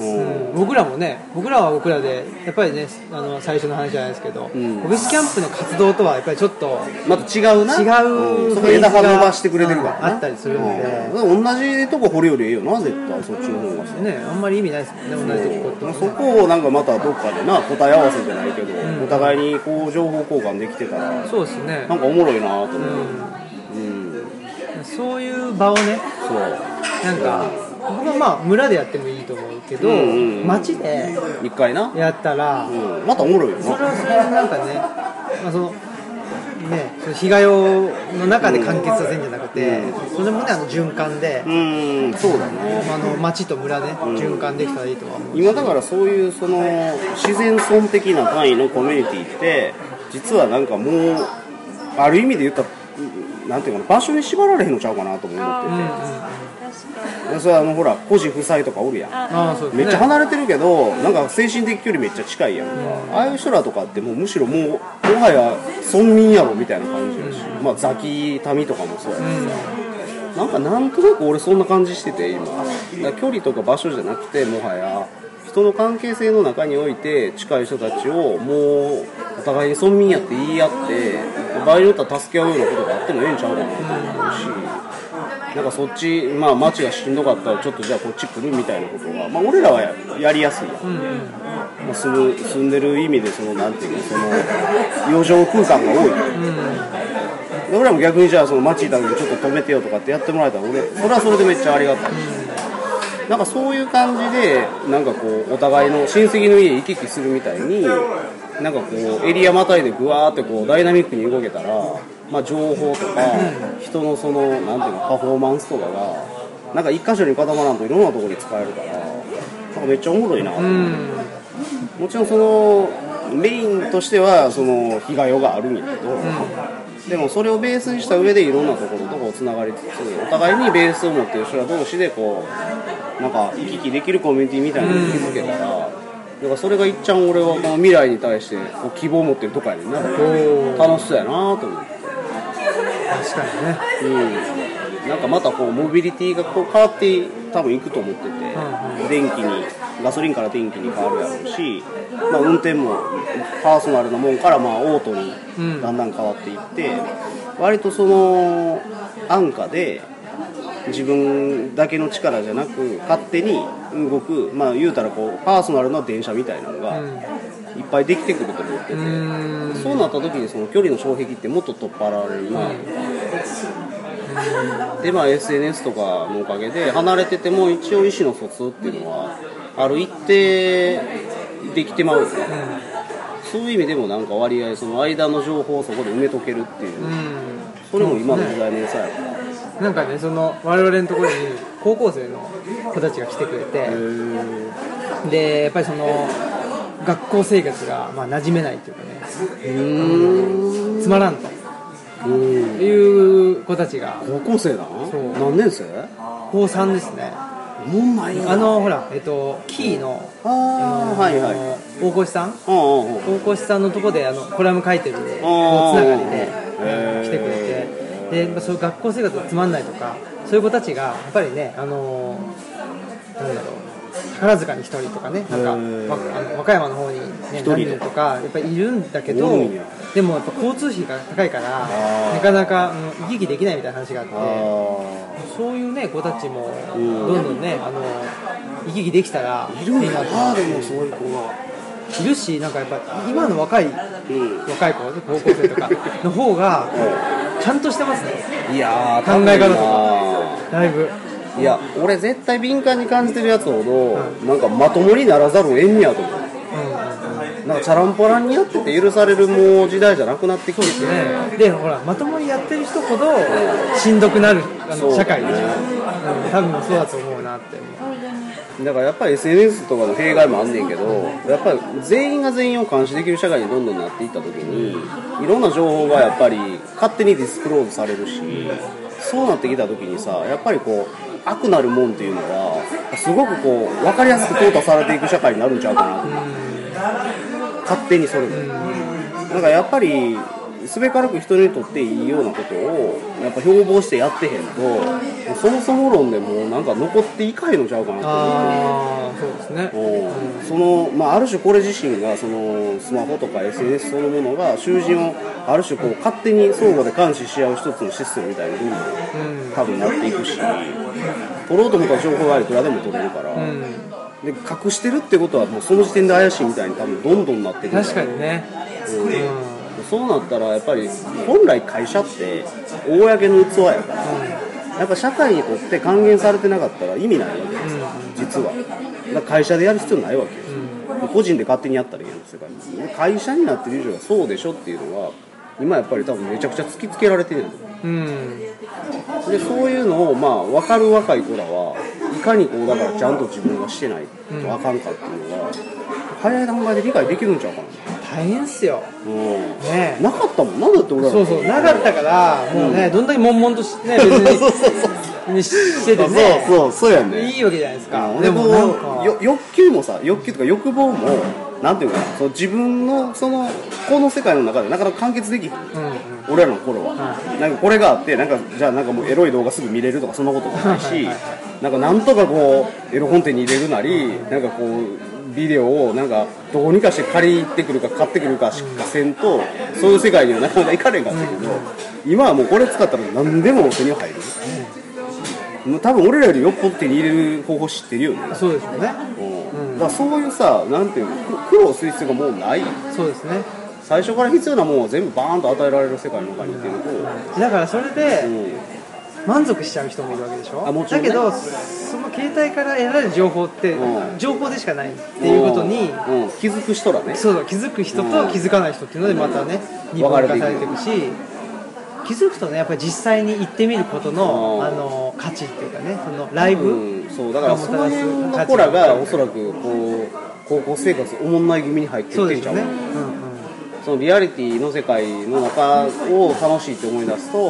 S2: うん僕らもね僕らは僕らでやっぱりねあの最初の話じゃないですけど、
S3: ん
S2: オフィスキャンプの活動とはやっぱりちょっと
S3: また違うな
S2: 違う
S3: うん、そ
S2: フ
S3: こ
S2: ェーズが
S3: 枝葉伸ばしてくれてるからな、
S2: うんあったりするんで
S3: うん同じとこ掘るよりええよな絶対そっちの方がさ
S2: ねあんまり意味ないですもんね同じとこって
S3: そこをなんかまたどっかでな答え合わせじゃないけど、お互いにこう情報交換できてたらなんか
S2: そうですね
S3: おもろいなと思う、うん
S2: そういう場をね
S3: そう
S2: なんか僕はまあ村でやってもいいと思うけど、
S3: うんうんうん
S2: 街で
S3: 一回な、
S2: やったら、
S3: うん、またおもろいよ
S2: それ
S3: な
S2: はそれでなんかね、まあ、そのねその被害の中で完結させるんじゃなくて、それもねあの循環で、
S3: うんそうだね
S2: あの町と村で循環できたらいいとは思う、
S3: 今だからそういうその自然損的な単位のコミュニティって実はなんかもうある意味で言ったらなんていうかな場所に縛られへんのちゃうかなとも思って
S1: 確かに
S3: て、それはあのほら孤児夫妻とかおるやん
S2: ああそうです
S3: め
S2: ね
S3: っちゃ離れてるけど、なんか精神的距離めっちゃ近いやんか、ああいう人らとかってもうむしろもうもはや村民やろみたいな感じやし、まあザキ民とかもそうやし、なんかなんとなく俺そんな感じしてて今だから距離とか場所じゃなくてもはや人の関係性の中において近い人たちをもうお互いに村民やって言い合って場合によっては助け合うようなことがあってもええんちゃうかなと思うし、なんかそっち、まあ、街がしんどかったらちょっとじゃあこっち来るみたいなことが、まあ、俺らはややりやすいやん、まあ、住む住んでる意味でそのなんていうのその余剰空間が多い、で俺らも逆にじゃあその街行った時にちょっと止めてよとかってやってもらえたら俺それはそれでめっちゃありがたい、なんかそういう感じでなんかこうお互いの親戚の家行き来するみたいになんかこうエリアまたいでぐわーってこうダイナミックに動けたらまあ、情報とか、人のそのなんていうのパフォーマンスとかがなんか一箇所に固まらんといろんなところに使えるからなんかめっちゃおもろいなと思って、
S2: うん
S3: もちろんそのメインとしてはその被害があるんやけど、でもそれをベースにした上でいろんなところとこうつながりつつお互いにベースを持ってる人ら同士でこうなんか行き来できるコミュニティみたいなのを築けたら。だからそれがいっちゃん俺はこの未来に対してこう希望を持ってるとかやねんな楽しそうやなと思って、
S2: 確かにね
S3: うん、なんかまたこうモビリティがこう変わって多分いくと思ってて、
S2: ん
S3: 電気にガソリンから電気に変わるやろうし、まあ、運転もパーソナルなもんからまあオート
S2: うん
S3: にだんだん変わっていって、割とその安価で自分だけの力じゃなく勝手に動く、まあ、言うたらこうパーソナルな電車みたいなのが
S2: うん
S3: いっぱいできてくると思ってて。
S2: うーん
S3: そうなった時にその距離の障壁ってもっと取っ払われるなでまあ SNS とかのおかげで離れてても一応意思の疎通っていうのはある一定できてまうよね、そういう意味でもなんか割合その間の情報をそこで埋めとけるっていう、
S2: うん
S3: それも今の時代の良さやから、
S2: なんかねその我々のところに高校生の子たちが来てくれて、でやっぱりその学校生活がまあ馴染めないというかねつまらんと
S3: うん
S2: いう子たちが
S3: 高校生だ
S2: そう
S3: 何年生
S2: 高3ですね
S3: もうない
S2: あのほらえっとキーの
S3: ああはいは
S2: あ
S3: い
S2: の大越さん
S3: うんうんうん
S2: 大越さんのとこであのコラム書いてるのつな
S3: あー
S2: がりで
S3: へー
S2: 来てくれてでやっぱそういう学校生活がつまんないとかそういう子たちがやっぱりねあのーなんだろう宝塚に一人とかねなんか
S3: へー
S2: わあの和歌山の方に、ね、
S3: 一人
S2: 何人とかやっぱりいるんだけど
S3: 多いんや
S2: でもやっぱ交通費が高いから
S3: ー
S2: なかなか、うん、行き来できないみたいな話があって
S3: あ
S2: そういうね子たちもど
S3: ん
S2: んどんねあの行き来できたら
S3: あいるんや
S2: なと
S3: なでもそういう子が
S2: いるしなんかやっぱ今の若い
S3: うん
S2: 若い子高校生とかの方がちゃんとしてますね
S3: いや
S2: 考
S3: ー
S2: え方とか
S3: か
S2: だいぶ
S3: いや俺絶対敏感に感じてるやつほど、
S2: う
S3: なんかまともにならざるを得んねやと思
S2: う
S3: う
S2: ん
S3: なんかチャランポランにやってて許されるもう時代じゃなくなってきてて
S2: ねでほらまともにやってる人ほどしんどくなるあ
S3: そう
S2: の社会でしょ、うん、多分そうだと思うなって思う
S3: だからやっぱり SNS とかの弊害もあんねんけどやっぱり全員が全員を監視できる社会にどんどんなっていった時にいろんな情報がやっぱり勝手にディスクローズされるしそうなってきた時にさやっぱりこう悪なるもんっていうのはすごくこう分かりやすく淘汰されていく社会になるんちゃうかなって勝手にそれもなんかやっぱりすべからく人にとっていいようなことをやっぱ標榜してやってへんとそもそも論でもうなんか残っていかへんのちゃうかなって
S2: ああそうですね
S3: そのまあ、ある種これ自身がそのスマホとか SNS そのものが囚人をある種こう勝手に相互で監視し合う一つのシステムみたいな風に多分なっていくし取ろうと思ったら情報がいくらでも取れるから、
S2: うん
S3: で隠してるってことはもうその時点で怪しいみたいに多分どんどんなってくる
S2: 確かにね
S3: そうなったらやっぱり本来会社って公の器やから、やっぱ社会にとって還元されてなかったら意味ないわけですよ、実はだから会社でやる必要ないわけですよ、個人で勝手にやったらいいの世界ですよ会社になってる以上はそうでしょっていうのは今やっぱり多分めちゃくちゃ突きつけられてるんですよ
S2: うん
S3: でそういうのをまあ分かる若い子らはいかにこうだからちゃんと自分がしてないとあかんかっていうのは、早い段階で理解できるんちゃうかな、
S2: 大変っすよ
S3: うん
S2: ね
S3: なかったもんなんだって俺ら
S2: そうそうなかったからもうねどんだけ悶々とし,、ね、別
S3: そうそう
S2: に
S3: そう
S2: にしててね
S3: そうそうそうやね
S2: いいわけじゃないですか、
S3: で
S2: で
S3: も
S2: もなんか
S3: よ欲求もさ欲求とか欲望もなんていうかなその自分のそのこの世界の中でなかなか完結できひん
S2: うんうん
S3: 俺らの頃は、
S2: は
S3: なんかこれがあってなんかじゃあなんかもうエロい動画すぐ見れるとかそんなこともない
S2: はい
S3: し
S2: はい
S3: なんかなんとかこうエロ本店に入れるなりなんかこうビデオをなんかどうにかして借りてくるか買ってくるかしかせんと、そういう世界にはなかなか行かれんかったけど、今はもうこれ使ったら何でも手に入る、もう多分俺らよりよっぽど手に入れる方法知ってるよね、
S2: そうですよね
S3: うんだからそういうさなんていうの苦苦労する必要がもうない
S2: そうですね
S3: 最初から必要なものを全部バーンと与えられる世界の中にいてると、
S2: だからそれで
S3: うん
S2: 満足しちゃう人もいるわけでしょ
S3: あもちろんね
S2: だけどその携帯から得られる情報って
S3: うん
S2: 情報でしかないっていうことに
S3: うん気づく人らね
S2: そうだ気づく人
S3: う
S2: と
S3: ん
S2: 気づかない人っていうのでまたね二
S3: 分
S2: 分
S3: かれ
S2: 化
S3: てい
S2: されて
S3: く
S2: いくし気づくとねやっぱり実際に行ってみることの
S3: あー
S2: あの価値っていうかねそのライブ
S3: うんそうだからその辺の子らがおそらくこう高校生活おもんない気味に入って
S2: そう
S3: きて
S2: です
S3: んちゃ
S2: よ
S3: う
S2: ね、
S3: か
S2: う
S3: なん
S2: うん、
S3: そのリアリティの世界の中を楽しいって思い出すと、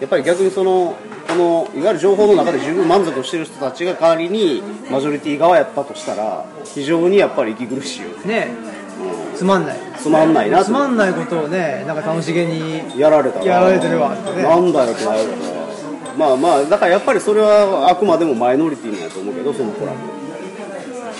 S3: やっぱり逆にそのこのいわゆる情報の中で十分満足してる人たちが代わりにマジョリティ側やったとしたら非常にやっぱり息苦しいよね、
S2: ねつまんない
S3: つまんないな
S2: つま
S3: と
S2: んないことをねなんか楽しげに
S3: やられたな
S2: やられてるわってね
S3: なんだよってなるからまあまあだからやっぱりそれはあくまでもマイノリティなんやと思うけどその子らも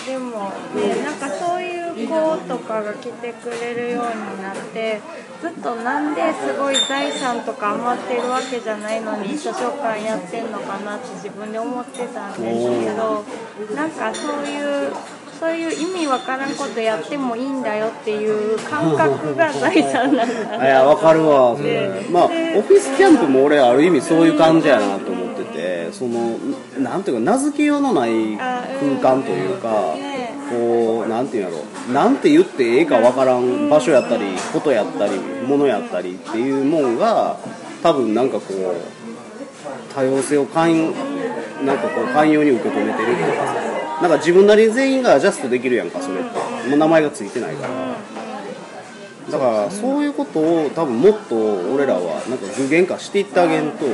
S1: でも、ね、なんかそういう子とかが来てくれるようになってずっとなんですごい財産とか余ってるわけじゃないのに図書館やってんのかなって自分で思ってたんですけどなんかそういう。そういう意味わからんことやってもいいんだよっていう感覚が財産なんだ
S3: いやわかるわそれ、まあオフィスキャンプも俺ある意味そういう感じやなと思っててそのなんていうか名付けようのない空間というか
S1: ね
S3: こうなんていうんやろなんて言ってええかわからん場所やったりことやったりものやったりっていうもんが多分なんかこう多様性を寛容なんかこう寛容に受け止めてるっていうかさなんか自分なりに全員がアジャストできるやんかそれってもう名前がついてないから。だからそういうことを多分もっと俺らはなんか具現化していってあげんと、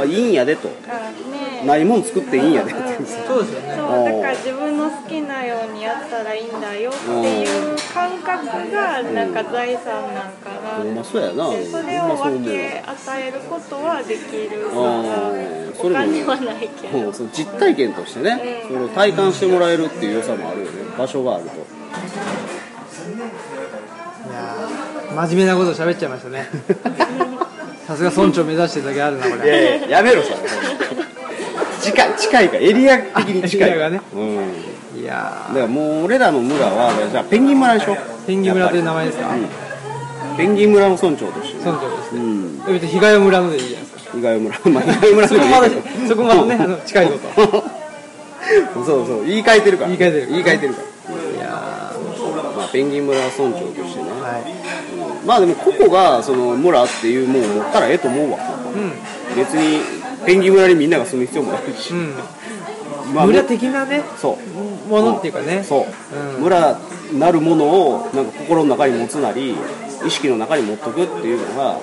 S3: あいいんやでと
S1: あね
S3: ないもん作っていいんやでって
S2: そうですよね
S1: そうだから自分の好きなようにやったらいいんだよっていう感覚がなんか財産なんかな、
S3: ほんまそうやなほ
S1: で
S3: んま
S1: それを
S3: そう
S1: 分
S3: 思う
S1: け与えることはできるから
S3: うんそ
S1: お
S3: れも
S1: 金はないけど
S3: うんその実体験としてね、それを体感してもらえるっていう良さもあるよね場所があると
S2: いやー真面目なこと喋っちゃいました ねさすが村長目指してるだけあるなこれ
S3: やいややめろそれ近い近いからエリア的に近い
S2: エリアがね
S3: うん、
S2: い
S3: だ
S2: や
S3: からもう俺らの村はじゃあペンギン村でしょ
S2: ーペンギン村という名前ですか
S3: やっペンギン村の村長としてね
S2: 村長です
S3: う
S2: ね
S3: ん
S2: え別に日帰り村のでいいじゃないですか
S3: 伊賀村、まあ、伊賀村
S2: そこま
S3: でもいい
S2: で
S3: け
S2: そこまでね あの近いこと
S3: どそうそう言い換えてるから
S2: 言い換えてる
S3: 言い換えてるか
S2: いや
S3: ら、まあ、ペンギン村村長としてね、
S2: ーはい
S3: まあでも個々がその村っていうもんを持ったらええと思うわ
S2: うん
S3: 別にペンギン村にみんなが住む必要もないし、
S2: う
S3: ま
S2: ん
S3: あ
S2: 村的なね
S3: そう
S2: ものっていうかね
S3: そう、
S2: うん
S3: 村なるものをなんか心の中に持つなり意識の中に持っとくっていうのが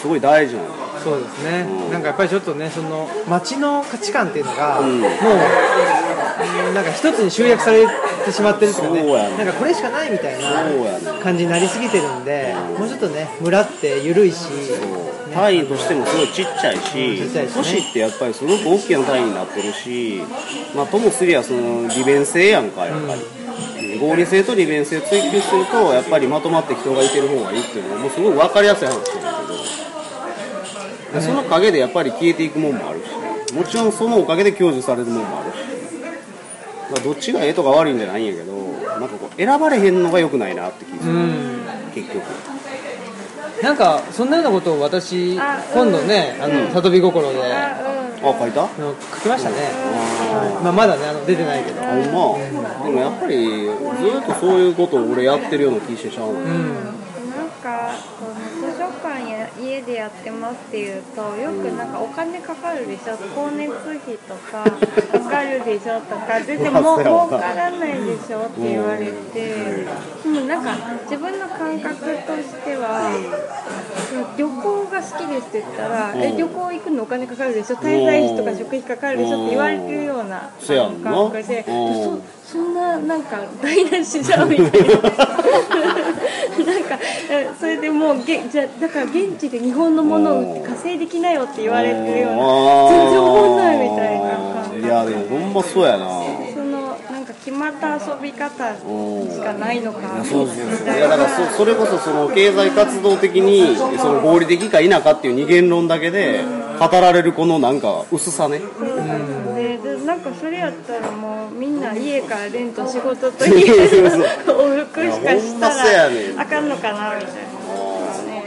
S3: すごい大事なんだよ
S2: そうですね、
S3: うん
S2: なんかやっぱりちょっとねその街の価値観っていうのが、
S3: ん
S2: もううんなんか一つに集約されてしまってるっていうかね
S3: そうやね
S2: なんかこれしかないみたい
S3: そうや
S2: な
S3: ね
S2: 感じになりすぎてるんで、もうちょっとね村って緩いし、ね
S3: 単位としてもすごいちっちゃいし
S2: うんちっちゃいしね
S3: 都市ってやっぱりすごく大きな単位になってるし、まあ、ともすりゃその利便性やんかやっぱり、合理性と利便性追求するとやっぱりまとまって人がいてる方がいいっていうのはもうすごい分かりやすい話なんだけど、でその陰でやっぱり消えていくもんもあるしもちろんそのおかげで享受されるもんもあるし、まあ、どっちがええとか悪いんじゃないんやけどなんかこう選ばれへんのが良くないなって気
S2: う
S3: づ
S2: ん
S3: く結局
S2: なんかそんなようなことを私
S1: あ
S2: 今度ねあの里見心で
S1: あ
S2: あ
S3: あ書いた
S2: の書きましたね、まあ、まだねあの出てないけど
S3: ほんまでもやっぱりずっとそういうことを俺やってるような気してしちゃうの、
S2: う
S3: うん
S1: うんなんかこの図書館や家でやってますっていうとよくなんかお金かかるでしょ光熱費と かかかるでしょとか全然もう儲からないでしょって言われてでもなんか自分の感覚としては旅行が好きですって言ったら、
S3: ん
S1: え旅行行くのお金かかるでしょ滞在費とか食費かかるでしょって言われるような
S3: うんそうやんな
S1: 感覚で
S3: うん
S1: そそんななんか台無しじゃんみたいななんかえそれでもうげじゃだから現地で日本のものを売って稼いできなよって言われてるような全然思わないみたいな感覚
S3: いやでもほんまそうやな
S1: そのなんか決まった遊び方しかないのか
S3: そうそう
S1: み
S3: そうい
S1: たい
S3: や
S1: な
S3: だからそそれこそその経済活動的にその合理的か否かっていう二元論だけで語られるこのなんか薄さね
S1: そうなんですねでなんかそれやったらもうみんな家からレント仕事と家 を 往復しかし
S3: いやほんまそうや
S1: た
S3: ねん
S1: らあかんのかなみたい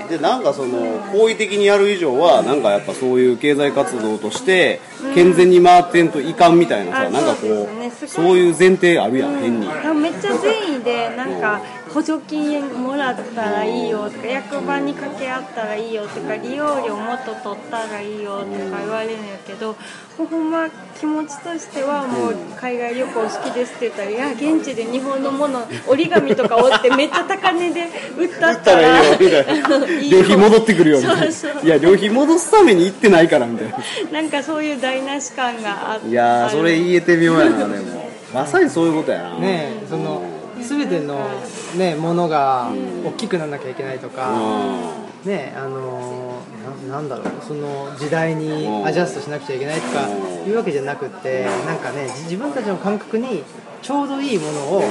S1: な。
S3: でなんかその好意的にやる以上はなんかやっぱそういう経済活動として健全に回ってんといかんみたいなさ
S1: あ
S3: なんか
S1: そう
S3: こ
S1: ですね
S3: う
S1: すごい
S3: そういう前提あるやん変に
S1: なんかめっちゃ善意でなんか補助金もらったらいいよとか役場に掛け合ったらいいよとか利用料もっと取ったらいいよとか言われるんやけどもうほんま気持ちとしてはもう海外旅行好きですって言ったらいや現地で日本のもの折り紙とか折ってめっちゃ高値で売った
S3: っ
S1: ったたら
S3: らいいよみたい な 旅費戻ってくるよみたいな
S1: そうそう
S3: いや旅費戻すために行ってないからみたいな
S1: なんかそういう台無し感があって
S3: いやーそれ言えてみようやなでもまさにそういうことやな
S2: ねえその全ての、ね、ものが大きくならなきゃいけないと
S3: う
S2: か、
S3: ん
S2: ねえあのーななんだろうその時代に
S3: うん
S2: アジャストしなくちゃいけないとか
S3: うん
S2: いうわけじゃなくってなんかねじ自分たちの感覚にちょうどいいものを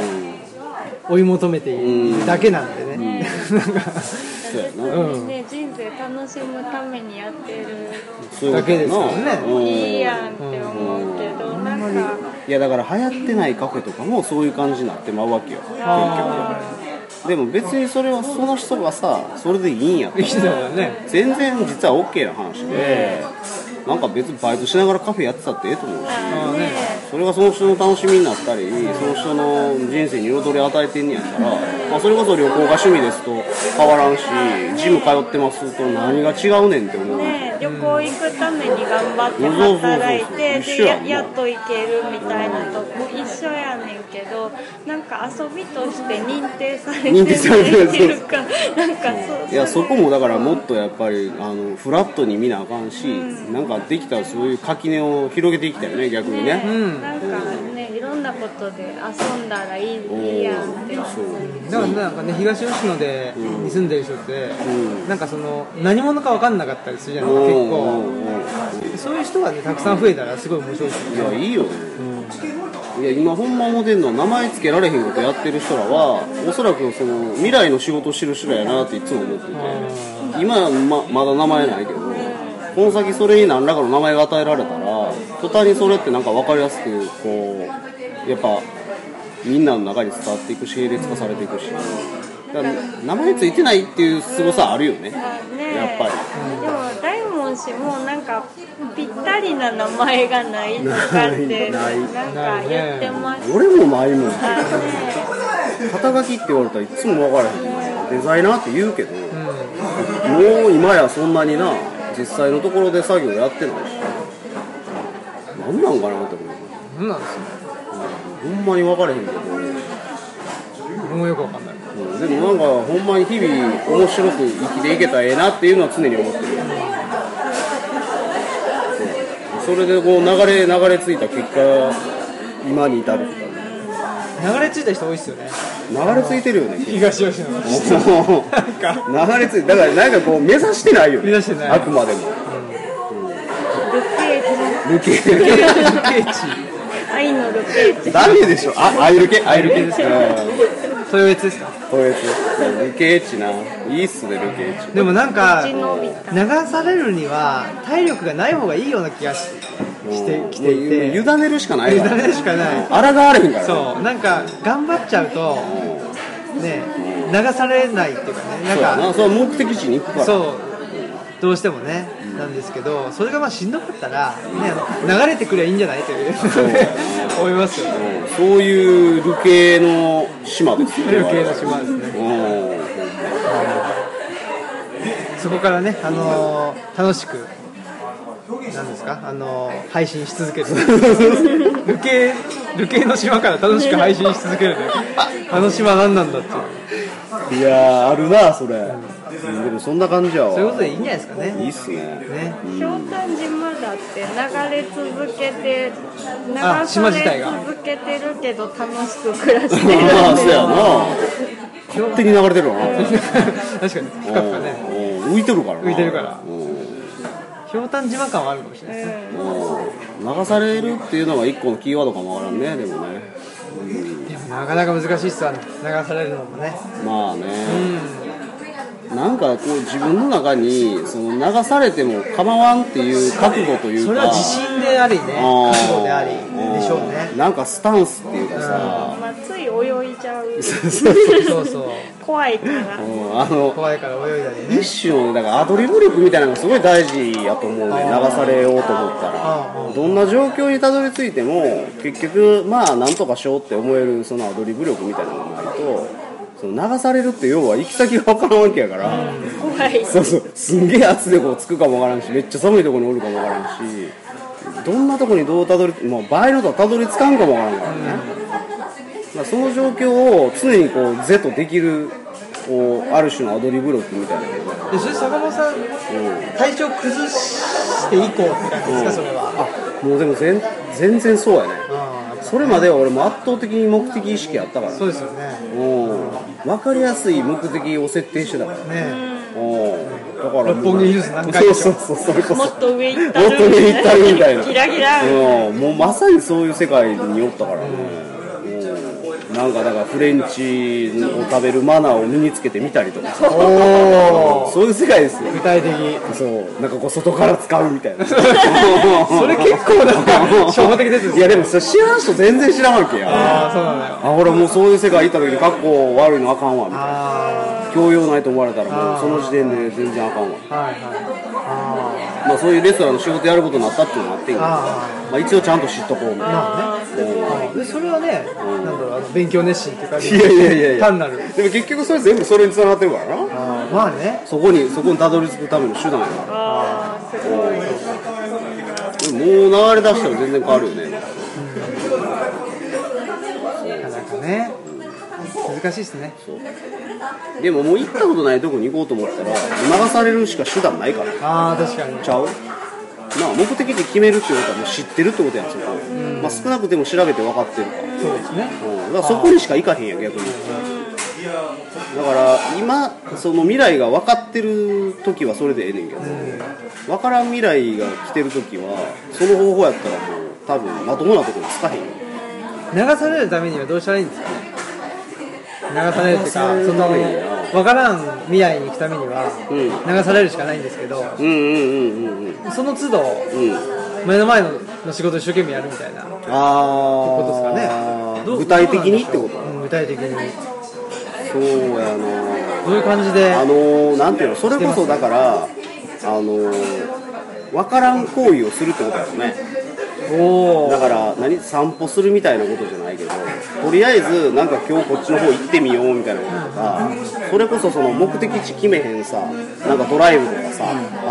S2: 追い求めているだけなんでね、 なんか
S3: そうやな
S1: ね、人生楽しむためにやってる、
S3: そういうことやな
S2: だけですよね
S3: うん
S1: いいやんって思うけど、なんか、
S3: いやだから流行ってないカフェとかもそういう感じになってまうわけよ
S2: あ
S3: でも別にそれはその人がさそれでいいんや
S2: ーいい人だよね
S3: 全然実は OK な話でなんか別にバイトしながらカフェやってたってええと思うし
S1: あね
S3: それがその人の楽しみになったりその人の人生に彩り与えてんねやったら、まあ、それこそ旅行が趣味ですと変わらんしジム通ってますと何が違うねんって思う、
S1: ね、旅行行くために頑張っ
S3: そ
S1: て働いて、
S3: うそうそうそう
S1: で
S3: 一緒や
S1: や
S3: んな
S1: やっと行けるみたいなとこ一緒やねんけど、なんか遊びとして認定されてる
S3: 認定されてる
S1: っていうか、なんかそう
S3: いやそこもだからもっとやっぱりあのフラットに見なあかんし、なんかできたらそういう垣根を広げていきたいよね逆にね
S1: ね、なんかね、いろんなことで遊んだらいい
S3: おー
S1: いいやんって。
S3: そう
S2: だからなんかね東吉野でに住んでる人って、
S3: うん
S2: なんかその何者か分かんなかったりするじゃないですか結構。
S3: 構
S2: そういう人がねたくさん増えたらすごい面白いです
S3: いやいいよね、いや今ほんま思てんのは名前つけられへんことやってる人らはおそらくその未来の仕事をしてる人らやなっていつも思ってて今はままだ名前ないけどこの先それに何らかの名前が与えられたら途端にそれってなんか分かりやすくこうやっぱみんなの中に伝わっていくし並列化されていくしだから名前ついてないっていう凄さあるよね
S1: ね
S3: やっぱり
S1: でも大門氏もなんかぴったりな名前がないとかっ て
S3: ない
S1: なんか言ってましたね
S3: 俺もないもん
S1: ね
S3: 肩書きって言われたらいつも分からへんデザイナーって言うけど、もう今やそんなにな実際のところで作業やってないし何なんかなって思う
S2: なんなんですよ
S3: ほんまに分からへんけど、
S2: 僕もよくわかんない
S3: うんでもなんかほんまに日々面白く生きていけたらええなっていうのは常に思ってるそうそれでこう流れ流れ着いた結果今に至るって感
S2: 流れ着いた人多いっすよね
S3: じ流れ着いてるよね
S2: 東吉野の
S3: もう流れ着いてだからなんかこう目指してないよね
S2: 目指してない
S3: あくまでも抜
S1: ルケー
S3: け
S1: チ愛のルケーチ
S3: ダメでしょあアイル系アイル系ですか
S2: 豊悦ですか
S3: こうやってルケーチないいっすねルケーチ
S2: でもなんか
S1: うちのみ
S2: 流されるには体力がない方がいいような気がししてきていて
S3: もうもう委ねるしかない
S2: 委
S3: から
S2: ねるしかない
S3: あらがわれへんからね
S2: そうなんか頑張っちゃうとね流されないっていうかね
S3: そうや
S2: なん
S3: なそれは目的地に行くから
S2: かそうどうしてもねなんですけどそれがまあしんどかったらねあの流れてくればいいんじゃないという思いますよね
S3: うんそういうルケの島ですよ
S2: ルケーの島ですね
S3: うん
S2: そこからね、あのー楽しく、なんですか、あのー配信し続 ける、流刑流刑の島から楽しく配信し続けるね、あの島、何なんだっていう、
S3: いやーあるなそれ、うんでもそんな感じやわ
S2: そういうことでいいんじゃないですかね、
S3: いいっす ね
S2: ね
S1: ひょうたん島だって流れ続けて流
S2: あ島
S1: さ
S2: 自体
S1: れ
S2: が
S1: 続けてるけど楽しく暮らしてるん
S3: まあ そう
S1: で
S3: やな勝手に流れてるわな
S2: 確かに、ふかふかね、
S3: うん浮いてるからな
S2: 浮いてるから
S3: うん
S2: ひょうたん島感はあるかもしれないですね、
S3: うん流されるっていうのが一個のキーワードかもわからんねでもね
S2: いやなかなか難しいっすわ、ね、流されるのもね、
S3: まあねなんかこう自分の中にその流されても構わんっていう覚悟というか
S2: それは自信でありね、覚
S3: あー
S2: 悟であり
S3: うん
S2: でしょうね、
S3: なんかスタンスっていうかさ
S1: まあつい泳いじゃう
S2: そうそう、
S1: 怖いから
S3: うんあの
S2: 怖いから泳いだりね。
S3: 一種のだからアドリブ力みたいなのがすごい大事やと思うね流されようと思った
S2: う
S3: らどんな状況にたどり着いても結局まあなんとかしようって思えるそのアドリブ力みたいなのがないとその流されるって要は行き先が分からんわけやから、
S4: 怖い
S3: そうそうすんげえ圧でこうつくかもわからんしめっちゃ寒いところにおるかもわからんしどんなとこにどうたどりもう場合のとはたどり着かんかもわからんからね、まあ、その状況を常にこう是とできるこうある種のアドリブ力みたいなのが
S2: でそれ坂本さん体調崩して以降って感じですかそれは
S3: あもうでも全全然そうやね
S2: あー
S3: それまでは俺も圧倒的に目的意識やったから
S2: そうですよね
S3: うん分かりやすい目的を設定してたから
S2: ね
S3: うんだからもう
S2: 六本木ヒルズ何回でしょ
S3: そうそうそうそれこそ
S4: もっと上行った
S3: もっと上に行ったりみたいな
S4: ギラギラ
S3: うん、もうまさにそういう世界におったからね、うん、なんかだからフレンチを食べるマナーを身につけてみたりとかさ
S2: おお
S3: そういう世界ですよ
S2: 具体的
S3: そうなんかこう外から使うみたいなそ
S2: それ結構なんか 初歩的です
S3: いやでもそれ知らん人全然知らんわけや
S2: ああそうなんだよ
S3: あほらもうそういう世界行った時に格好悪いのあかんわみたいな
S2: あ
S3: 教養ないと思われたらもうその時点で全然あかんわ
S2: あはいはい
S3: まあそういうレストランの仕事やることになったっていうのもあってんけど
S2: あ
S3: まあ一応ちゃんと知っとこうみたい
S2: あ
S3: な
S2: まあね
S3: うん
S2: でそれはねなんだろうあの勉強熱心っていう感じ
S3: いやいやいやいや
S2: 単なる
S3: でも結局それ全部それに繋がってるからな
S2: ああまあね
S3: そこにそこにたどり着くための手段やから
S1: あーすごい
S3: でももう流れ出したら全然変わるよね
S2: なかなかね難しいですね
S3: でももう行ったことないとこに行こうと思ったら流されるしか手段ないから
S2: ああ確かに
S3: ちゃうなあ目的地決めるってことはもう知ってるってことやんそこ、まあ、少なくても調べて分かってるから
S2: そうですね
S3: うんだからそこにしか行かへんやん逆にだから今その未来が分かってる時はそれでええねんけど分からん未来が来てる時はその方法やったらもう多分まともなとこにつかへんよ
S2: 流されるためにはどうしたらいいんですか流されるっていうかそ
S3: 流さ
S2: の
S3: れるためには
S2: 分からん未来に行くためには
S3: うん
S2: 流されるしかないんですけど
S3: うんうんうんうん
S2: その都度
S3: うん
S2: 目の前の仕事を一生懸命やるみたいなこ
S3: ああ
S2: とですかねどう
S3: 具体的にってこ
S2: どう
S3: と
S2: なんでしょううん具体的に
S3: そうやな
S2: どういう感じで
S3: あ
S2: あ
S3: のー、なんていうの、それこそだから、あのー、分からん行為をするってことだよね、
S2: お
S3: だ
S2: ー
S3: から何、散歩するみたいなことじゃないけど、とりあえず、なんか今日こっちの方行ってみようみたいなこととか、それこそその目的地決めへんさ、なんかドライブとかさ、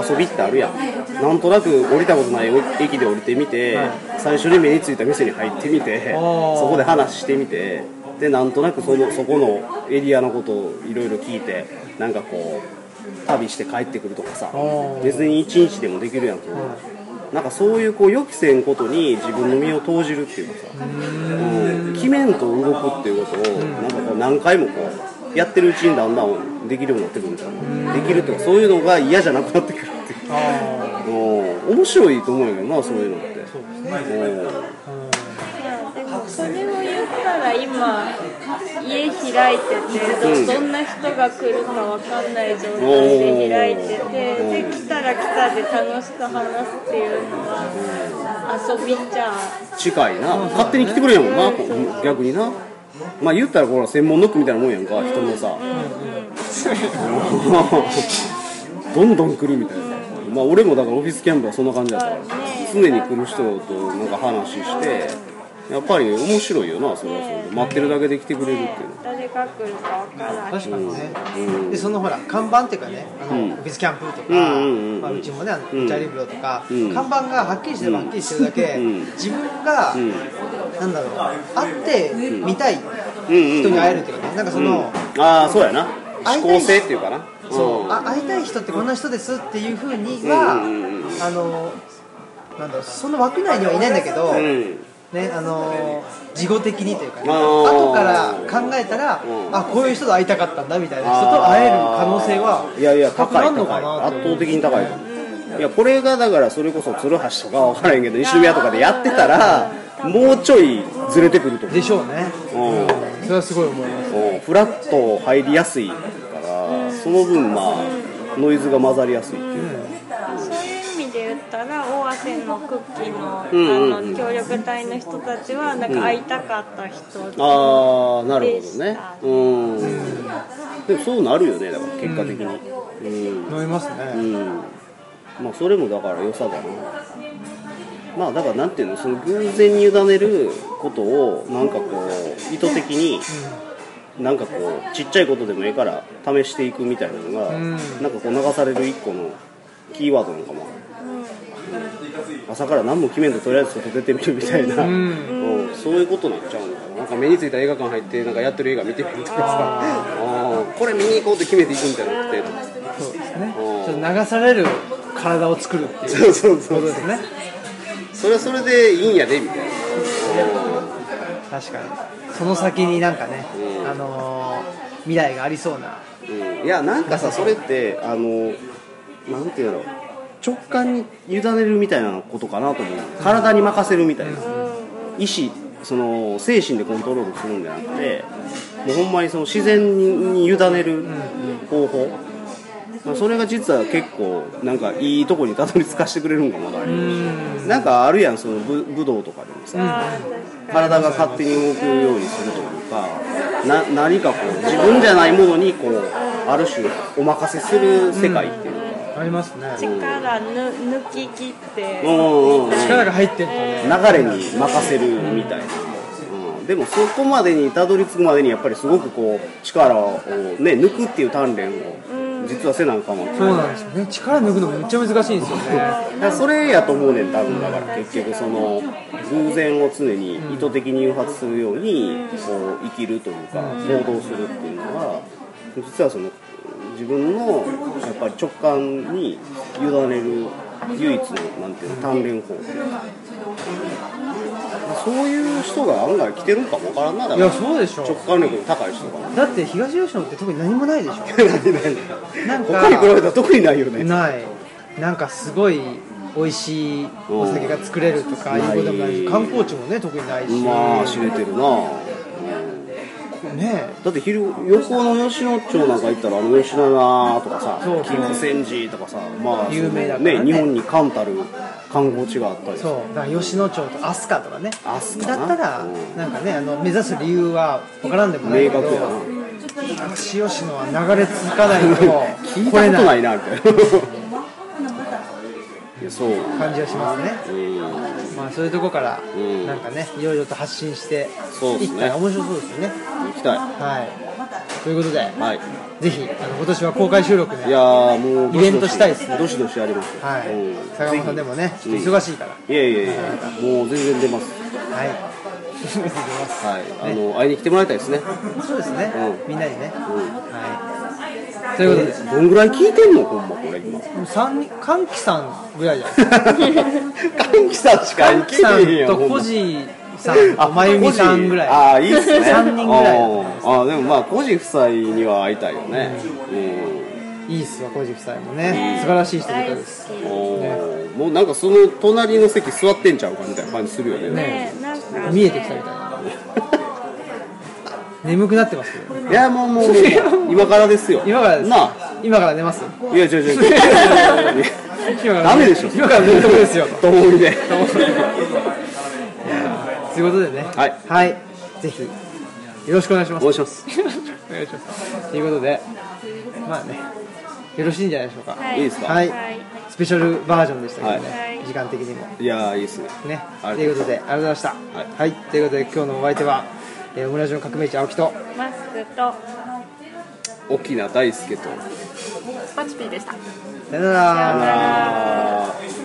S3: 遊びってあるやん、なんとなく降りたことない駅で降りてみて、最初に目についた店に入ってみて、
S2: おー
S3: そこで話してみてでなんとなくそのそこのエリアのことをいろいろ聞いてなんかこう旅して帰ってくるとかさ
S2: おー
S3: 別に1日でもできるやんけど、なんかそういうこう予期せんことに自分の身を投じるっていうかさうん決めんと動くっていうことをなんかこう何回もこうやってるうちにだんだんできるようになってくるみたいなできるとかそういうのが嫌じゃなくなってくるっていう
S2: あ
S3: うん面白いと思うよなそういうのって。うん
S1: でもそれを言ったら今家開いててどどんな人が来るかわかんない状態で開いててで来たら来たで楽しく話すっていうのは遊びじゃ
S3: 近いな勝手に来てくれやもんなこう逆になまあ言ったらこの専門ノックみたいなもんやんか人のさ どんどん来るみたいなまあ俺もだからオフィスキャンプはそんな感じだったから常に来る人となんか話してやっぱり面白いよなそれはそれで待ってるだけで来てくれるっていうの
S1: 誰が来るかわから
S2: ー
S1: ない
S2: 確かにね
S3: うん
S2: でそのほら看板っていうかねあの、オフィスキャンプとか、
S3: うんうんうん
S2: まあ、うちもねあの
S3: うん
S2: ジャリブロとか、
S3: うん
S2: 看板がはっきりしてるはっきりしてるだけ、
S3: うん
S2: 自分が、
S3: うん
S2: なんだろう会ってみたい
S3: うん
S2: 人に会えるっていうかね、なんかその、
S3: うんああそうやな
S2: 会いたい
S3: 思考性っていうかな
S2: そう、
S3: ん
S2: あ会いたい人ってこんな人ですっていうふうに
S3: うんうんうんう
S2: はあのなんだろうその枠内にはいないんだけど、
S3: うん
S2: ねあの事後的にというかね
S3: あー
S2: 後から考えたら、
S3: うん
S2: あこういう人と会いたかったんだみたいな人と会える可能性はい
S3: やいや
S2: 高く
S3: 高
S2: ないん
S3: 高
S2: の
S3: い
S2: かな
S3: 圧倒的に高いと思ういやこれがだからそれこそ鶴橋とかわからへんけど西宮とかでやってたらもうちょいずれてくると思
S2: でしょうね
S3: う、うん
S2: それはすごい思います
S3: うんフラット入りやすいからその分まあノイズが混ざりやすいっていうか
S1: そういう意味で言ったら大汗のクッキーのあ
S3: うんうんうん
S1: の協力隊の人たちはなんか会いたかった人で
S3: ああなるほど
S1: でし
S3: ね
S1: た
S3: うんでもそうなるよねだから結果的にうん
S2: 飲みます
S3: う
S2: ね、
S3: ん、まあそれもだから良さだなまあだからなんていうのその偶然に委ねることをなんかこう意図的になんかこうちっちゃいことでもええから試していくみたいなのが、
S2: ん
S3: なんかこう流される一個のキーワードなんかも朝から何も決めんととりあえず外出てみるみたいな、うんそういうことになっちゃうのかななんか目についた映画館入ってなんかやってる映画見てみるとかさあーこれ見に行こうって決めていくんじゃな くてとか
S2: そうですね
S3: うん
S2: ちょっと流される体を作るっていう
S3: そうそうそ
S2: こ
S3: う
S2: とですね
S3: それはそれでいいんやでみたいな
S2: 確かにその先になんかね、
S3: うん
S2: あのー未来がありそうな
S3: うんいやなんかさそれってあのなんていうの直感に委ねるみたいなことかなと思う体に任せるみたいな、意志その精神でコントロールするんじゃなくてもうほんまにその自然に委ねる方法、まあ、それが実は結構なんかいいとこにたどり着かしてくれるんかもわからんなんかあるやんそのぶ武道とかでもさ、体が勝手に動くようにするというかな何かこう自分じゃないものにこうある種お任せする世界っていうか、
S2: ありますね
S1: 力ぬ抜き切って
S3: うんうんうん、
S2: 力が入ってるとね
S3: 流れに任せるみたいな、うん、でもそこまでにたどり着くまでにやっぱりすごくこう力を、ね、抜くっていう鍛錬を実はせなんかも、
S2: そうなんですよね力抜くのめっちゃ難しいんですよね
S3: だからそれやと思うねん多分だから結局その偶然を常に意図的に誘発するようにこう生きるというか行動するっていうのは実はその自分のやっぱり直感に委ねる唯一のなんていうの鍛錬法そういう人が案外来てるんかもわからんなだ
S2: い
S3: か
S2: や
S3: ら
S2: そうでし
S3: 直
S2: ょ
S3: 感力の高い人が
S2: だって東吉野って特に何もないでし
S3: 何
S2: なん
S3: 何
S2: か
S3: 他に比べたら特にないよ
S2: ょ
S3: ね
S2: ないなんかすごい美味しいお酒が作れるとか
S3: うん
S2: いうことでもないし
S3: ない
S2: 観光地もね特にないし
S3: まあ知れてるな
S2: ね
S3: だって昼横の吉野町なんか行ったらあの吉永とかさ
S2: そう
S3: 金泉寺とかさまあ
S2: 有名だからね
S3: ね日本に冠たる観光地があったり
S2: そうだから吉野町と飛鳥とかね
S3: 飛鳥
S2: だ
S3: な
S2: ったら
S3: うん
S2: なんかねあの目指す理由は分からんでもないけ
S3: 明
S2: ど
S3: 確やな
S2: 東吉野は流れ続かないと
S3: 聞い
S2: 来
S3: た
S2: れ
S3: こと
S2: な
S3: ないいなみたいな いやそう
S2: 感じがしますね
S3: うん
S2: まあそういうとこから
S3: うん
S2: なんかねいろいろと発信して
S3: そうっ
S2: い
S3: すね
S2: ったら面白そうですよね
S3: 行きたい
S2: はいということで
S3: はい
S2: ぜひあの今年は公開収録で
S3: いやーもうどしどし
S2: イベントしたいっすね
S3: どしどしやります
S2: はい坂本さんでもねち
S3: ぜ
S2: ょっ
S3: ひ
S2: と忙しいから
S3: いやいやいやもう全然出ます
S2: はい進めていきます
S3: はいあの会いに来てもらいたいですね
S2: そうですね
S3: うん
S2: みんなにね
S3: うん
S2: はいということで
S3: どんぐらい聞いてんのほんまこれ今
S2: もう三人歓喜さんぐらいじゃないですか
S3: 歓喜さんしか
S2: 歓
S3: 行
S2: 喜
S3: け
S2: さ
S3: ね
S2: ん
S3: えよ
S2: と
S3: ほん
S2: コ
S3: ま
S2: ジさんとまゆみさんぐらい
S3: ああいいっすね
S2: 三人ぐらいだと思います
S3: あーあーでもまあコジ夫妻には会いたいよねうん
S2: いいっすわ、コジ夫妻もね、素晴らしい人みたい
S1: 大好
S2: です。
S1: き
S3: おーもうなんかその隣の席座ってんちゃうかみたいな感じするよね
S1: ねなんかね
S2: 見えてきたみたいな。眠くなってますけど、
S3: いやもうもうもう今からですよ
S2: 今からです
S3: なあ。
S2: 今から寝ます。
S3: いや違う違う違う
S2: 今から
S3: ダメでしょ
S2: 今から寝るとこですよ。
S3: と思いで
S2: ということでね。
S3: はい
S2: ぜひ。よろしくお願いしま
S3: お
S2: す。
S3: 願いします
S2: お願いします。ということで。まあね。よろしいんじゃないでしょうか。
S1: はい
S3: いですか
S2: はい
S1: はい
S2: スペシャルバージョンでしたけどね。
S1: はい
S2: 時間的にも。
S3: いやーいいっすね
S2: ね。
S3: あ
S2: と
S3: り
S2: い
S3: が
S2: うことで、ありがとうございました。
S3: はい
S2: はい、ということで、今日のお相手は。えー、オムラジオ革命児青木と。
S1: マスクと
S3: 沖縄大輔と
S1: パチピーでした
S2: さよなら
S1: さよなら
S3: あー